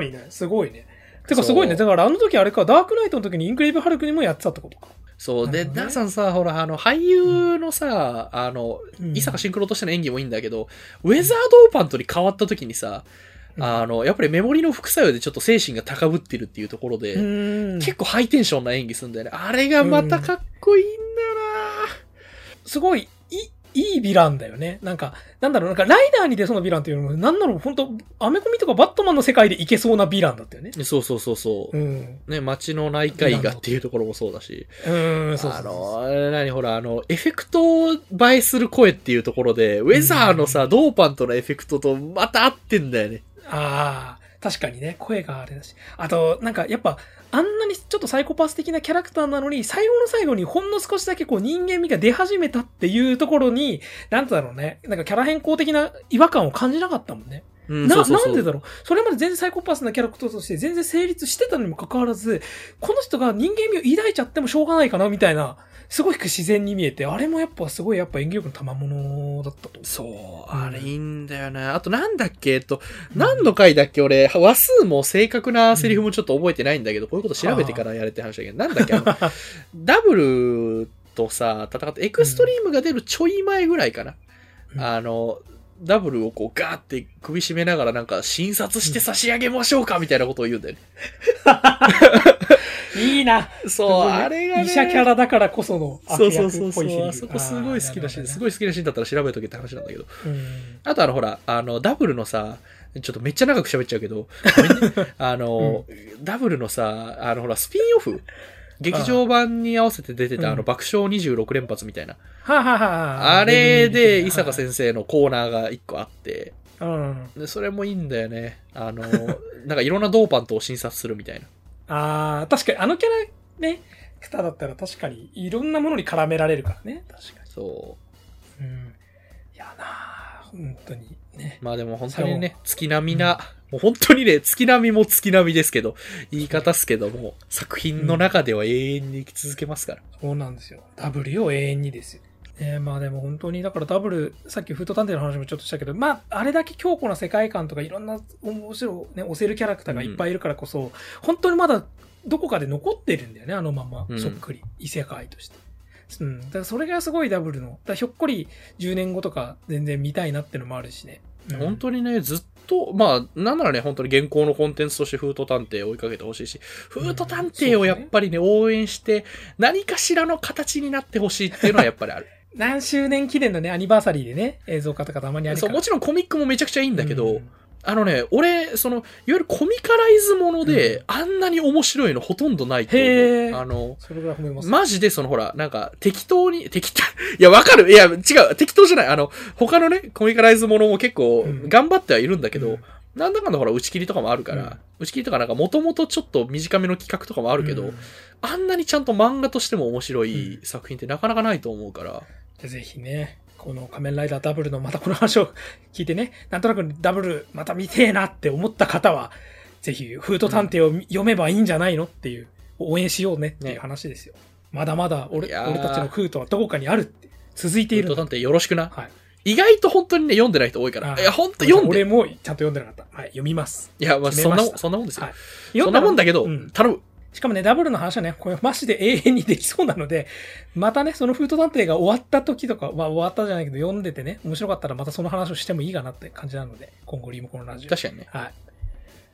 Speaker 2: にね、すごいね。て
Speaker 3: そ
Speaker 2: か
Speaker 3: う
Speaker 2: すごいね。だからあの時あれか、ダークナイトの時にインクレディブル・ハルクにもやってたってことか。
Speaker 3: そう。
Speaker 2: な
Speaker 3: で、
Speaker 2: るほどね
Speaker 3: ダンさんさ、ほら、あの、俳優のさ、あの、
Speaker 2: うん
Speaker 3: 伊坂シンクロとしての演技もいいんだけど、ウェザードーパントに変わった時にさ、
Speaker 2: うん
Speaker 3: あの、やっぱりメモリの副作用でちょっと精神が高ぶってるっていうところで、
Speaker 2: うん。
Speaker 3: 結構ハイテンションな演技するんだよね。あれがまたかっこいいんだよ
Speaker 2: すごい、いい、いいヴィランだよね。なんか、なんだろう、なんかライダーに出そうなヴィランっていうよりも、なんなの本当アメコミとかバットマンの世界でいけそうなヴィランだったよね。
Speaker 3: な。そうそうそうそう
Speaker 2: う。ん。
Speaker 3: ね、街の内科医がっていうところもそうだし、
Speaker 2: うん、そうそうそう
Speaker 3: あの、あれ何ほら、あの、エフェクトを映えする声っていうところで、ウェザーのさ、ドーパントのエフェクトとまた合ってんだよね。
Speaker 2: ああ、確かにね、声があれだし。あと、なんかやっぱ、あんなにちょっとサイコパス的なキャラクターなのに、最後の最後にほんの少しだけこう人間味が出始めたっていうところに、なんだろうね、なんかキャラ変更的な違和感を感じなかったもんね。
Speaker 3: うん、
Speaker 2: な、
Speaker 3: そうそう
Speaker 2: な
Speaker 3: そうん
Speaker 2: でだろうそれまで全然サイコパスなキャラクターとして全然成立してたのにもかかわらず、この人が人間味を抱いちゃってもしょうがないかな、みたいな、すごく自然に見えて、あれもやっぱすごいやっぱ演技力の賜物だったと思う。
Speaker 3: そう、
Speaker 2: うん
Speaker 3: あれいいんだよな。あとなんだっけ、えっと、何の回だっけ俺、話数も正確なセリフもちょっと覚えてないんだけど、こういうこと調べてからやれって話だけど、なんだっけ、あの ダブルとさ、戦って、エクストリームが出るちょい前ぐらいかな。
Speaker 2: うん
Speaker 3: あの、ダブルをこうガーって首絞めながらなんか診察して差し上げましょうかみたいなことを言うんだよね。
Speaker 2: いいな
Speaker 3: そう、
Speaker 2: すごいね
Speaker 3: あれがね。
Speaker 2: 医者キャラだからこその
Speaker 3: そ
Speaker 2: 悪
Speaker 3: うそう
Speaker 2: 役
Speaker 3: そう
Speaker 2: っぽい
Speaker 3: そう。あ
Speaker 2: セ
Speaker 3: そ
Speaker 2: リフ
Speaker 3: こすごい好きだし、す
Speaker 2: い。
Speaker 3: ごい好きなシーンだったら調べとけって話なんだけど。
Speaker 2: うん
Speaker 3: あとあのほら、あの、ダブルのさ、ちょっとめっちゃ長く喋っちゃう けど、ごめんねあの、ダブルのさ、あのほら、スピンオフ。劇場版に合わせて出てたあ
Speaker 2: う
Speaker 3: の
Speaker 2: ん
Speaker 3: 爆笑26連発みたいな。
Speaker 2: はあはあはあ
Speaker 3: あれで伊坂
Speaker 2: 生。
Speaker 3: 先生のコーナーが一個あって、
Speaker 2: うん。
Speaker 3: でそれもいいんだよね。あ の、なんかいろんなドーパントを診察するみたいな。
Speaker 2: ああ、確かにあのキャラね、クタだったら確かにいろんなものに絡められるからね。確か
Speaker 3: そう。
Speaker 2: に。うん。いやなあ本当にね。
Speaker 3: まあでも本当にね、月並みな、もう本当にね、月並みも月並みですけど、言い方っすけども、作品の中では永遠に生き続けますから。
Speaker 2: そうなんですよ。W を永遠にですよ。ねえまあでも本当に、だからダブル、さっきフート探偵の話もちょっとしたけど、まあ、あれだけ強固な世界観とかいろんな面白い、ね、押せるキャラクターがいっぱいいるからこそ、本当にまだどこかで残ってるんだよね、あのまま
Speaker 3: う、ん
Speaker 2: そっくり、異世界として。うん、だからそれがすごいダブルの、だからひょっこり10年後とか全然見たいなってのもあるしね。うん
Speaker 3: 本当にね、ずっと、まあ、なんならね、本当に現行のコンテンツとしてフート探偵を追いかけてほしいし、フート探偵をやっぱりね、応援して、何かしらの形になってほしいっていうのはやっ ぱりある。
Speaker 2: 何周年記念のね、アニバーサリーでね、映像化とかたまにあるか
Speaker 3: そう
Speaker 2: ら。
Speaker 3: もちろんコミックもめちゃくちゃいいんだけど、
Speaker 2: うん
Speaker 3: あのね、俺、その、いわゆるコミカライズもので、
Speaker 2: う
Speaker 3: あんなに面白いのほとんどないと思う
Speaker 2: へー
Speaker 3: あの、
Speaker 2: それぐらい褒めます。
Speaker 3: マジでそのほら、なんか適当に、適当、 いやわかるいや違う、適当じゃない。あの、他のね、コミカライズものも結構
Speaker 2: うん
Speaker 3: 頑張ってはいるんだけど、
Speaker 2: うん
Speaker 3: なんだかんだほら、打ち切りとかもあるから、
Speaker 2: うん
Speaker 3: 打ち切りとかなんかもともとちょっと短めの企画とかもあ
Speaker 2: あ
Speaker 3: るけど、
Speaker 2: うん
Speaker 3: あんなにちゃんと漫画としても面白い作品ってなかなかないと思うから、
Speaker 2: じゃあぜひね、この仮面ライダーダブルのまたこの話を聞いてね、なんとなくダブルまた見てえなって思った方は、ぜひフート探偵を読めばいいんじゃないのっていう、応援しようねっていう話ですよ。まだまだ俺
Speaker 3: いやー
Speaker 2: 俺たちのフートはどこかにあるって、続いてい
Speaker 3: ウル
Speaker 2: る
Speaker 3: ト
Speaker 2: んだ
Speaker 3: 探偵よろしくな。
Speaker 2: はい。
Speaker 3: 意外と本当にね、読んでない人多いから。
Speaker 2: あ
Speaker 3: いや、本当読んで。
Speaker 2: 俺もちゃんと読んでなかった。はい、読みます。
Speaker 3: いや、まあ、
Speaker 2: 決
Speaker 3: そ
Speaker 2: め
Speaker 3: ん
Speaker 2: ま
Speaker 3: な
Speaker 2: した
Speaker 3: もん、そんなもんですよ。
Speaker 2: はい
Speaker 3: そんなもんだけど、
Speaker 2: うん
Speaker 3: 頼む。
Speaker 2: しかもね、ダブルの話はね、これマジで永遠にできそうなので、またね、そのフート探偵が終わった時とか、まあ終わったじゃないけど、読んでてね、面白かったらまたその話をしてもいいかなって感じなので、今後リモコンのラジオ。
Speaker 3: 確かにね。
Speaker 2: はい。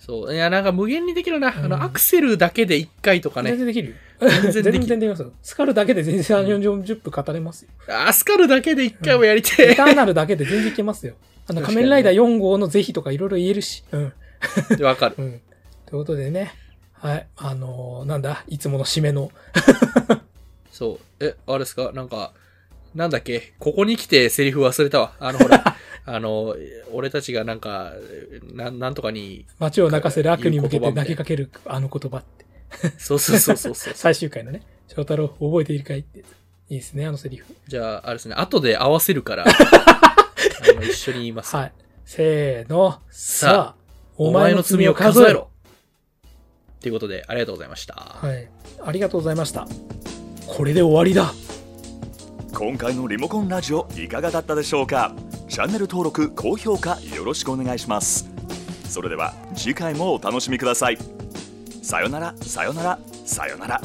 Speaker 3: そう。いや、なんか無限にできるな。あ
Speaker 2: うん
Speaker 3: の、アクセルだけで1回とか
Speaker 2: 全
Speaker 3: ね。
Speaker 2: 然できるよ。
Speaker 3: 全然できる
Speaker 2: 全然できますよ。スカルだけで全然3、40分語れますよ。
Speaker 3: アスカルだけで1回はやりて
Speaker 2: エ
Speaker 3: え
Speaker 2: ターナルだけで全然いけます よ。あの、
Speaker 3: 確か
Speaker 2: 仮
Speaker 3: にね
Speaker 2: 面ライダー4号の是非とかいろいろ言えるし。うん。。
Speaker 3: わかる。
Speaker 2: うん。ということでね。はい。あのーなんだ、いつもの締めの。
Speaker 3: そう。え、あれですかなんか、なんだっけここに来てセリフ忘れたわ。あの、ほら。あの、俺たちがなんか、なん、なんとかに、
Speaker 2: 街を泣かせる悪に向けて投げかけるあの言葉って。
Speaker 3: そうそうそうそ うそう。
Speaker 2: 最終回のね。翔太郎、覚えているかいって。いいですね、あのセリフ。
Speaker 3: じゃあ、あれですね。後で合わせる から、あの一緒に言います。
Speaker 2: はい。せーの。
Speaker 3: さ
Speaker 2: さあ、お前の罪を数えろ。
Speaker 3: ということで、ありがとうございました。
Speaker 2: はい。ありがとうございました。これで終わりだ。
Speaker 4: 今回のリモコンラジオいかがだったでしょうかチャンネル登録高評価よろしくお願いしますそれでは次回もお楽しみくださいさよならさよならさよなら